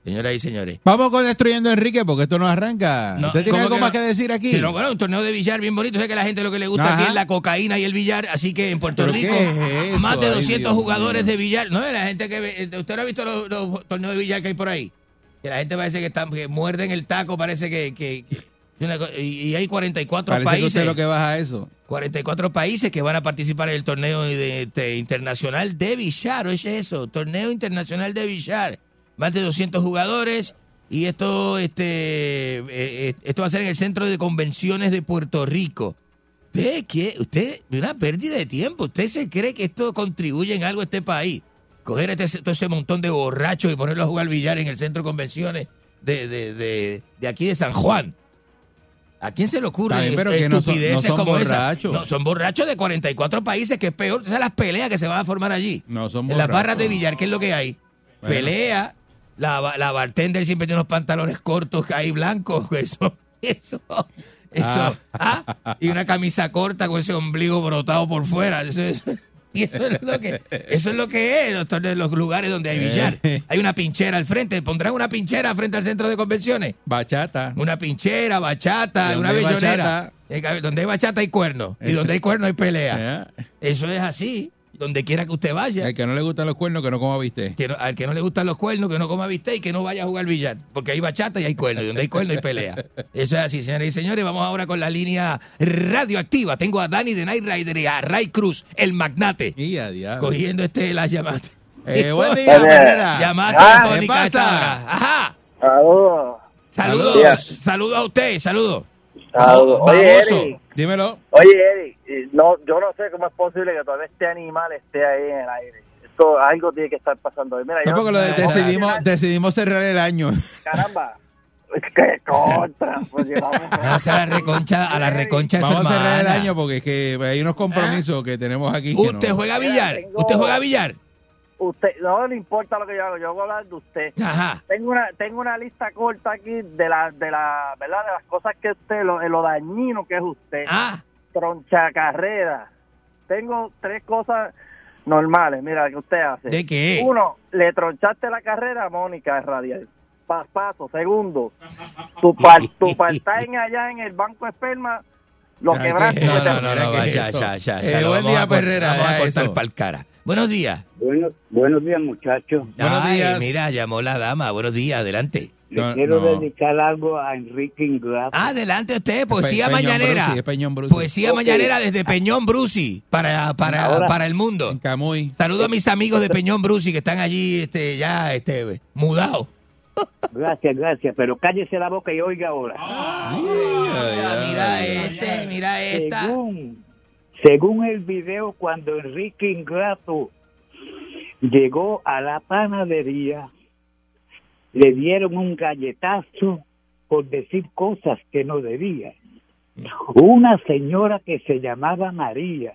Señoras y señores.
Vamos con Destruyendo a Enrique porque esto no arranca.
No,
¿Usted tiene
¿cómo
algo
que
más
no?
que decir aquí?
Sí, no, bueno, un torneo de billar bien bonito. Sé que a la gente lo que le gusta
Ajá.
aquí es la cocaína y el billar. Así que en Puerto
¿Pero
Rico,
qué es eso?
más de
Ay,
200
Dios
jugadores
mío.
de billar. No, la gente que. ve- eh, ¿Usted no ha visto los, los torneos de billar que hay por ahí? Que la gente parece que, están, que muerden el taco, parece que. que- que- una co- y, y hay 44
Parece que usted
países.
lo que baja eso.
44 países que van a participar en el torneo de- este, internacional de billar. Oye, eso, torneo internacional de billar. Más de 200 jugadores. Y esto, este, eh, eh, esto va a ser en el Centro de Convenciones de Puerto Rico. ¿Usted qué? Usted, una pérdida de tiempo. ¿Usted se cree que esto contribuye en algo a este país? Coger a este, todo ese montón de borrachos y ponerlos a jugar billar en el Centro de Convenciones de, de, de, de aquí de San Juan. ¿A quién se le ocurre
Está bien, pero que no son- no
estupideces
son
como esas?
borrachos.
No, son borrachos de 44 países, que es peor. Esas son las peleas que se van a formar allí.
No, son
en las barras
borrachos.
de billar, ¿qué es lo que hay?
Bueno.
Pelea. La, ba- la bartender siempre tiene unos pantalones cortos ahí blancos. <laughs> Eso, eso, eso. Ah, Y una camisa corta con ese ombligo brotado por fuera. Eso es- <laughs> y eso es lo que, eso es lo que es los, torneos, los lugares donde hay billar.
Eh.
Hay una pinchera al frente. Pondrán una pinchera frente al centro de convenciones.
Bachata.
Una pinchera, bachata,
¿Dónde
una
hay
bellonera.
bachata? Eh.
Eh, cabe- Donde hay bachata hay cuernos. Y donde hay cuernos hay pelea. Eso es así. Donde quiera que usted vaya.
Al que no le gustan los cuernos, que no coma viste.
Que no- al que no le gustan los cuernos, que no coma bistec y que no vaya a jugar billar. Porque hay bachata y hay cuernos. Y donde hay cuernos
<laughs>
hay pelea. Eso es así, señores y señores. Vamos ahora con la línea radioactiva. Tengo a Dani de Night Rider y a Ray Cruz, el magnate. Cogiendo este las llamadas. <laughs>
Eh, buen día, Perrera.
Llamada
Ah,
telefónica
¿qué
a esta
pasa?
hora. Ajá.
Ah, Saludos.
Saludos.
Buenos
Saludos a usted. Saludos. Ah,
Saludos. oh. Oye,
Baboso.
Eric.
Dímelo.
Oye, Eddie, eh, no, yo no sé cómo es posible que todavía este animal esté ahí en el aire. Esto, algo tiene que estar pasando. ahí. Mira,
<laughs>
yo,
No, porque lo de-
yo-
decidimos, decidimos cerrar el año.
Caramba. <laughs> ¡Qué contra! Pues llevamos
Vamos a la reconcha, a la reconcha de su
<laughs> Vamos a cerrar el
hermana.
año porque es que hay unos compromisos que tenemos aquí. que
¿Usted
no-
juega a billar? ¿Usted juega a billar?
<laughs> usted no le importa lo que yo hago, yo voy a hablar de usted.
Ajá.
Tengo una tengo una lista corta aquí de las de la, ¿verdad? De las cosas que usted lo, de lo dañino que es usted.
Ah.
Tronchacarrera. Tengo tres cosas normales, mira, que usted hace.
¿De qué?
Uno, le tronchaste la carrera a Mónica Radial. Pas- paso. Segundo, tu, par- tu part-time allá en el Banco Esperma lo
Ya,
quebraste.
que-
Eh,
No,
que te-
no, no, no,
Mira
va,
que
ya,
eso.
ya, ya,
Eh,
ya. lo
buen
vamos
día,
a cort-
Perrera,
Vamos
Ah,
a
deja
cortar
eso.
pa'l cara. Buenos días.
Buenos, buenos días, muchachos.
Ay, mira, llamó la dama. Buenos días, adelante.
Le quiero dedicar algo a Enrique Ingrato.
Adelante usted, poesía
Pe- Peñón
mañanera.
Brusi, es Peñón Brusi.
Poesía
Ok.
mañanera desde Peñón Brusi para, para,
Ahora-
para el mundo. Saludo a mis amigos de Peñón Brusi que están allí este, ya este, mudados.
Gracias, gracias, pero cállese la boca y oiga ahora.
Ah, mira este, mira esta.
Según, según el video, cuando Enrique Ingrato llegó a la panadería, le dieron un galletazo por decir cosas que no debía. Una señora que se llamaba María,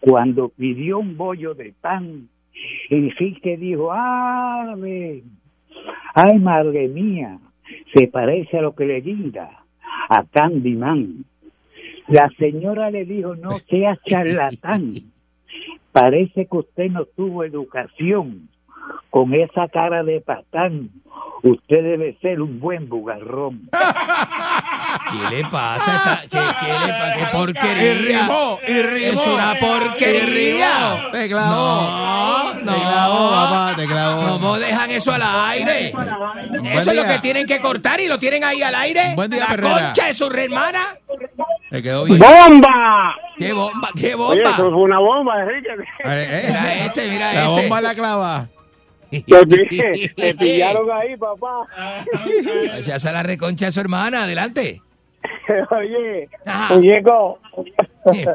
cuando pidió un bollo de pan, Enrique dijo, ¡Ave! ¡Ay, madre mía! Se parece a lo que le guinda, a Candyman. La señora le dijo, no sea charlatán. Parece que usted no tuvo educación. Con esa cara de patán, usted debe ser un buen bugarrón.
¿Qué le pasa? Está- ¿Qué, qué le pasa? ¿Qué porquería?
Y rimó,
y rimó. Es una porquería.
Te clavó.
No,
Te clavó, papá, te clavó.
¿Cómo dejan eso al aire? Eso es lo
día.
que tienen que cortar y lo tienen ahí al aire.
Buen día,
La
Perrera.
concha de su re hermana.
Te quedó bien.
¡Bomba!
¡Qué bomba! ¡Qué
bomba! Oye, eso
fue
una bomba, Enrique. <laughs>
eh,
Mira este, mira
La
este.
bomba la clava.
Te
Pues
pi- te pillaron
ahí, papá.
Ah. Ya se la reconcha de su hermana. Adelante.
<laughs> Oye,
Ajá.
muñeco.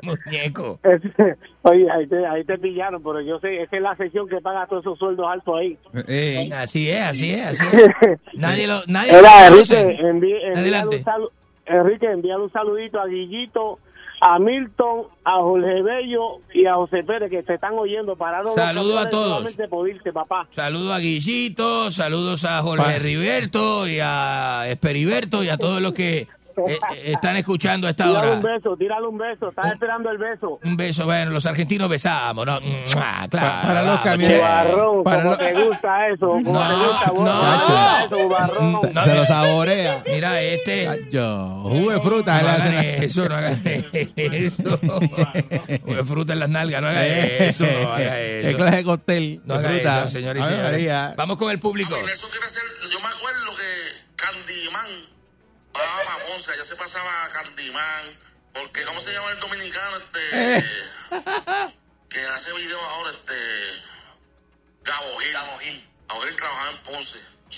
Muñeco.
Es- <laughs> Oye, ahí te, ahí te pillaron, pero yo sé, esa es la sesión que paga todos esos sueldos altos ahí.
Eh,
Así es, así es, así es.
<laughs>
Nadie lo. Nadie
Era,
lo
Enrique, eh.
conoce.
envi- envíale
Adelante.
un salu- Enrique, envíale un saludito a Guillito, a Milton, a Jorge Bello y a José Pérez que te están oyendo. Pararon los
Saludo a
camiones
todos.
solamente por irte, <laughs> papá.
Saludos a Guillito, saludos a Jorge Riberto y a Esperiberto y a todos los que eh, eh, están escuchando a esta
Tírale un
hora.
beso, tírale un beso.
Oh.
Estás esperando el beso.
Un beso, bueno, los argentinos besamos, ¿no? Mua, Claro,
para los
vamos,
camiones.
che.
Barrón, como te gusta eso, como
No,
te gusta, vos,
no.
te gusta eso, barrón.
Mm, No,
Se lo
saborea.
Mira este.
Yo, jugo de fruta.
No
le hacen
hagan
a-
eso, no hagan
<laughs>
eso. Jugo de Fruta en las nalgas, no hagan eso, no hagan eso.
¿Qué clase Eh, de cóctel?
No
eh, de
haga
fruta?
eso, señores y
A ver,
señores.
María.
Vamos con el
Ah,
público.
Yo me acuerdo que Candyman bajaba a Ponce, ya se pasaba a Candyman, porque ¿cómo se llama el dominicano este <laughs> que hace videos ahora este Gabo Gil? Gabo Gil. trabajaba en Ponce. Y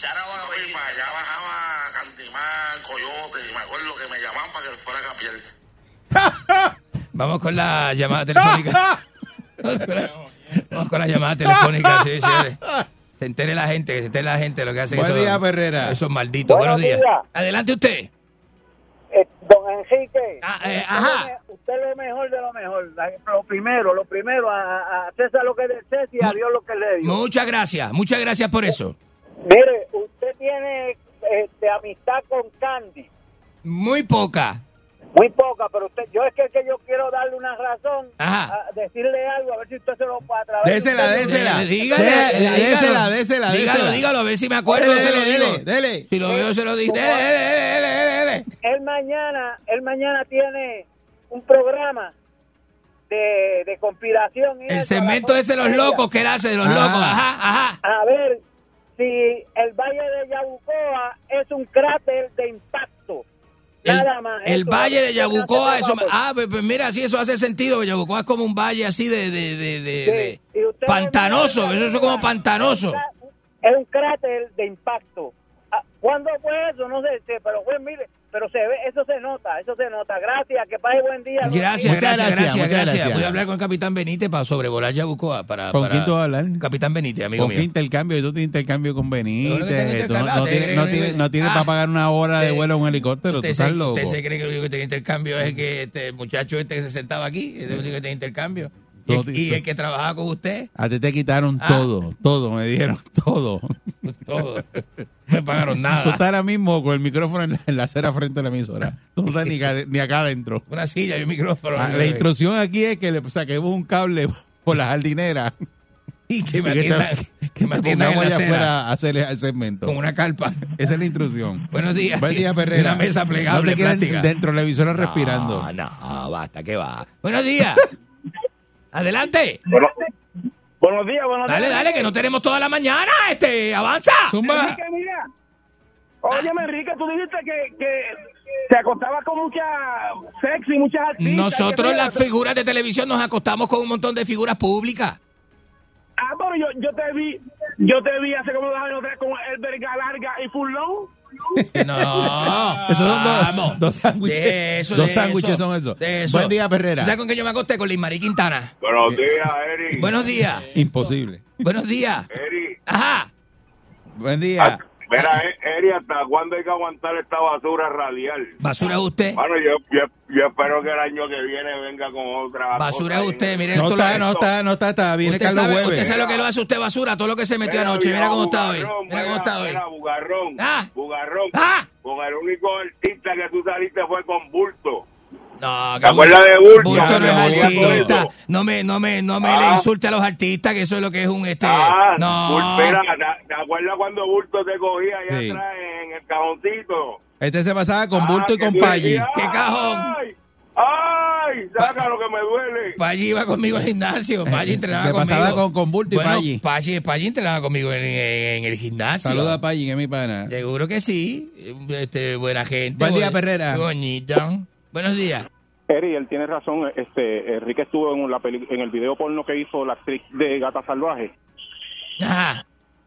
para allá bajaba Candyman, Coyote, y me acuerdo que me llamaban para que él fuera a capiar.
Vamos con la
<laughs>
llamada telefónica. Vamos con la llamada telefónica, sí, señores. Se entere la gente, que se entere la gente lo que hacen
Buen
esos,
día, Perrera.
esos malditos. Buenos,
Buenos
días.
días.
Adelante usted.
Eh, Don Enrique,
eh,
usted
ajá.
es me- Usted es lo mejor de lo mejor. La- Lo primero, lo primero, a, a César lo que es de César y a Dios lo que le dio.
Muchas gracias, muchas gracias por eso.
Mire, usted tiene este, amistad con Candy,
Muy poca.
muy poca, pero usted, yo es que, que yo quiero darle una razón,
Ajá.
a- decirle algo, a ver si usted se lo puede a través de
Désela,
usted-
désela.
Eh, Dígale,
Dé-
eh, dígalo.
désela, désela,
Dígalo,
désela.
dígalo, a ver si me acuerdo,
Dele,
se lo
dele,
digo.
dele, dele.
Si lo veo, se lo digo.
Como-
Dele, dele, dele, dele, dele.
Él mañana, él mañana tiene un programa de, de compilación. y
El
eso, a las
segmento
once
ese de
y
los
media.
locos que él hace, de los locos.
Ah.
Ajá, ajá.
A ver si el Valle de Yabucoa es un cráter de impacto.
El,
Nada más.
el
Eso,
valle de
eso no
Yabucoa,
hace
eso,
favor.
ah, pues, pues, mira, sí, eso hace sentido. Yabucoa es como un valle así de, de, de, de- de-
Sí, y usted
pantanoso,
mira,
eso es como pantanoso.
Es un cráter de impacto. Ah, ¿Cuándo fue eso? No sé, sé, pero fue, mire, pero se ve, eso se nota, eso se nota. Gracias, que pase buen día.
Gracias, gracias,
Muchas
gracias,
gracias,
gracias,
muchas gracias.
Voy a hablar con el capitán Benítez para sobrevolar Yabucoa. Para,
¿Con
para-
quién tú vas a hablar?
Capitán Benítez, amigo
¿Con qué
mío.
intercambio? Yo te intercambio con
Yo creo que tengo
Benítez. Tú no, no
intercambio.
tienes, no tienes- no tienes
Ah,
para pagar una hora de
usted-
vuelo en un helicóptero. Tú
¿Usted
estás
se,
loco.
usted se cree que lo único que tenía intercambio es el que este muchacho este que se sentaba aquí? Es el único que tenía intercambio. Y
Todo-
el, y el que trabajaba con usted,
A ti te quitaron
Ah.
todo, todo, me dieron <laughs> todo.
pues todo. No me pagaron
Tú
nada.
estás ahora mismo con el micrófono en la, en la acera frente a la emisora. Tú no estás ni, ca- ni acá adentro.
Una silla y un micrófono.
Ah, la instrucción aquí es que le saquemos un cable por la jardinera.
Y que me
te-
atiendan-
<laughs>
que me
te
atiendan
pongamos
en la
allá
acera.
afuera a hacer el segmento.
Con una carpa.
Esa es la instrucción.
Buenos días.
Buen día,
Y
Perrera.
una mesa plegable,
No te quedes
plástica.
dentro de la emisora respirando.
No, no, basta, que va. Buenos
<laughs>
días. Adelante.
Buenos días, buenos
Dale,
días.
dale, que no tenemos toda la mañana. Este, avanza.
Enrique, mira. Óyeme, Enrique, tú dijiste que, que te acostabas con muchas sexy, muchas artistas.
Nosotros
que mira,
las figuras de televisión nos acostamos con un montón de figuras públicas.
Ah, pero yo, yo te vi, yo te vi hace como dos años atrás con el verga larga y Furlón.
<laughs> No.
Esos son dos- dos sándwiches.
De eso,
Dos
de
sándwiches
eso.
son esos.
De eso.
Buen día, Perrera.
¿Sabes con qué yo me acosté? Con Liz Marie Quintana.
Buenos días, Eri.
Buenos días.
Imposible.
Buenos días.
Eri.
Ajá.
Buen
Ah,
día.
Mira, eh, Eri, ¿hasta cuándo hay que aguantar esta basura radial?
Basura usted.
Bueno, yo, yo, yo espero que el año que viene venga con otra.
Basura
cosa.
usted, mire.
No
esto lo-
está, no está, no está, está. Viene
usted,
Carlos
sabe, usted
Hueves.
sabe lo que lo hace usted basura, todo lo que se metió
Mira,
anoche. Mira
viejo
cómo está hoy.
bugarrón,
Mira cómo está hoy.
Mira, Bugarrón.
Ah.
Bugarrón.
Ah.
Con el único artista que tú saliste fue con Bulto.
No,
¿Te acuerdas de Bulto?
Bulto no es
Bulto.
artista. No me, no me, no me le
Ah.
insulte a los artistas, que eso es lo que es un este.
Ah,
no.
Bulto, mira, ¿te- ¿te acuerdas cuando Bulto te cogía allá
Sí.
atrás en el cajoncito? Ah,
Este se pasaba
Ah,
con Bulto y con Paggi.
¡Qué cajón! ¡Ay! ¡Ay! ¡Saca lo que me duele!
Pachi iba conmigo al gimnasio. Pachi entrenaba
Te
conmigo.
Eh, pasaba con, con Bulto y
Bueno,
Paggi.
Pachi, Pachi entrenaba conmigo en, en el gimnasio.
Saluda a Paggi, que es mi pana.
Seguro que sí. Este, buena gente.
Buen día,
bu-
Perrera.
Bonita. Buenos días.
Eri, él tiene razón. Este, Enrique estuvo en, la peli- en el video porno que hizo la actriz de Gata Salvaje.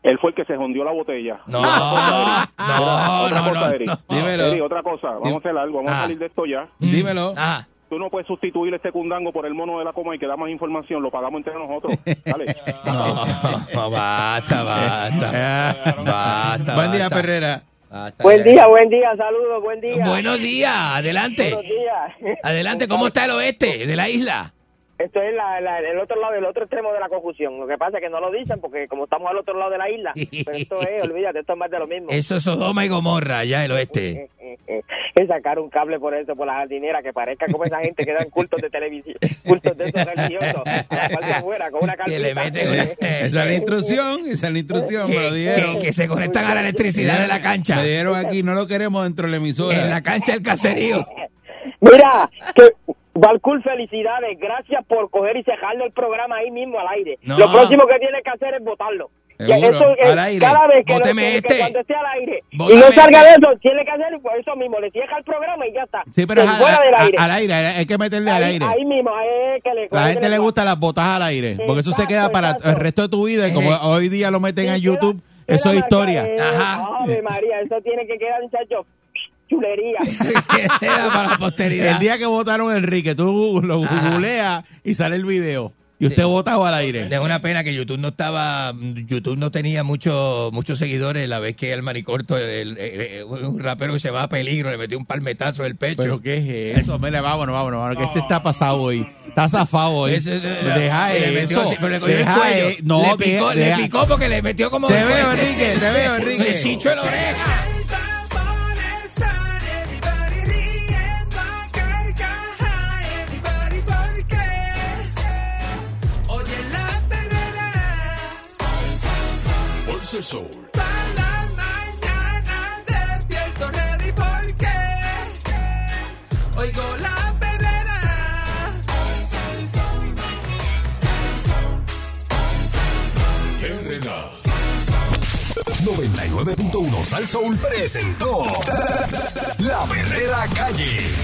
Él fue el que se hundió la botella.
Ah, No,
no, otra cosa, Eri.
Dímelo.
Eri, otra cosa. Vamos a hacer algo. Vamos
Ah.
a salir de esto ya.
mm,
Dímelo.
Ah.
Tú no puedes sustituir este cundango por el mono de la coma y que da más información. Lo pagamos
<laughs>
entre nosotros. Dale.
No, basta, basta.
Ah,
basta
Buen día,
basta.
Perrera.
Basta,
Buen
ya.
día, buen día, saludos, buen día.
Buenos días, adelante.
Buenos días.
Adelante, ¿cómo está el oeste de la isla?
Esto es la- la- el otro lado, el otro extremo de la confusión. Lo que pasa es que no lo dicen porque como estamos al otro lado de la
<laughs>
isla, pero esto es, olvídate, esto es más de lo mismo.
Eso es Sodoma y Gomorra, allá el
Eh,
oeste.
Es sacar un cable por eso, por la jardinera, que parezca como esa gente que dan cultos de televisión, cultos de esos religiosos, a la parte afuera, con una
Que le
calcita.
meten
<laughs>
una-
Esa
eh,
es la instrucción, esa es la instrucción, me lo
Que-
dieron.
eh, que- que se conectan a la electricidad de la cancha.
Me dieron aquí, no lo queremos dentro de la emisora.
En la cancha
<laughs>
del caserío.
Mira, que Valcour, felicidades, gracias por coger y cejarle el programa ahí mismo al aire.
No.
Lo próximo que tiene que hacer es votarlo.
Seguro, al aire.
Cada vez que, lo-
Bóteme
que- que
este.
cuando esté al aire
Bótame
y no salga de
este.
eso, tiene que hacer pues, eso mismo, le cierra el programa y ya está.
Sí, pero
Se
es a-
fuera del
a-
aire.
al aire, hay que meterle al
Ahí,
aire.
ahí mismo, ahí que le
La gente
cuelgue
le
la-
gusta las botas al aire, porque eso se queda para el resto de tu vida. Y como
Eh.
hoy día lo meten a YouTube, eso es
marca,
historia.
eh, Ave María, eso tiene que quedar, muchachos, chulería.
para la posteridad.
El día que votaron a Enrique, tú lo
Ajá.
googleas y sale el video. Y usted vota al aire.
Es una pena que YouTube no estaba, YouTube no tenía muchos muchos seguidores la vez que el maricorto, el- el- el- un rapero que se llamaba Peligro, le metió un palmetazo en el pecho.
¿Pero qué es eso? Mira, vámonos, vámonos, vámonos, que este está pasado hoy. Está zafado hoy. Deja
Le
eso.
metió así, pero le cogió el
Deja
cuello.
e- No,
Le picó-
deja-
le
deja-
picó porque le metió como-
Te veo, Enrique, te veo, Enrique.
<laughs> Le hinchó el oreja.
Oye la perrera.
Por ser Soul.
Pa' la mañana despierto ready porque oigo la perrera.
Perrera. 99.1 Sal Soul presentó La Perrera Calle.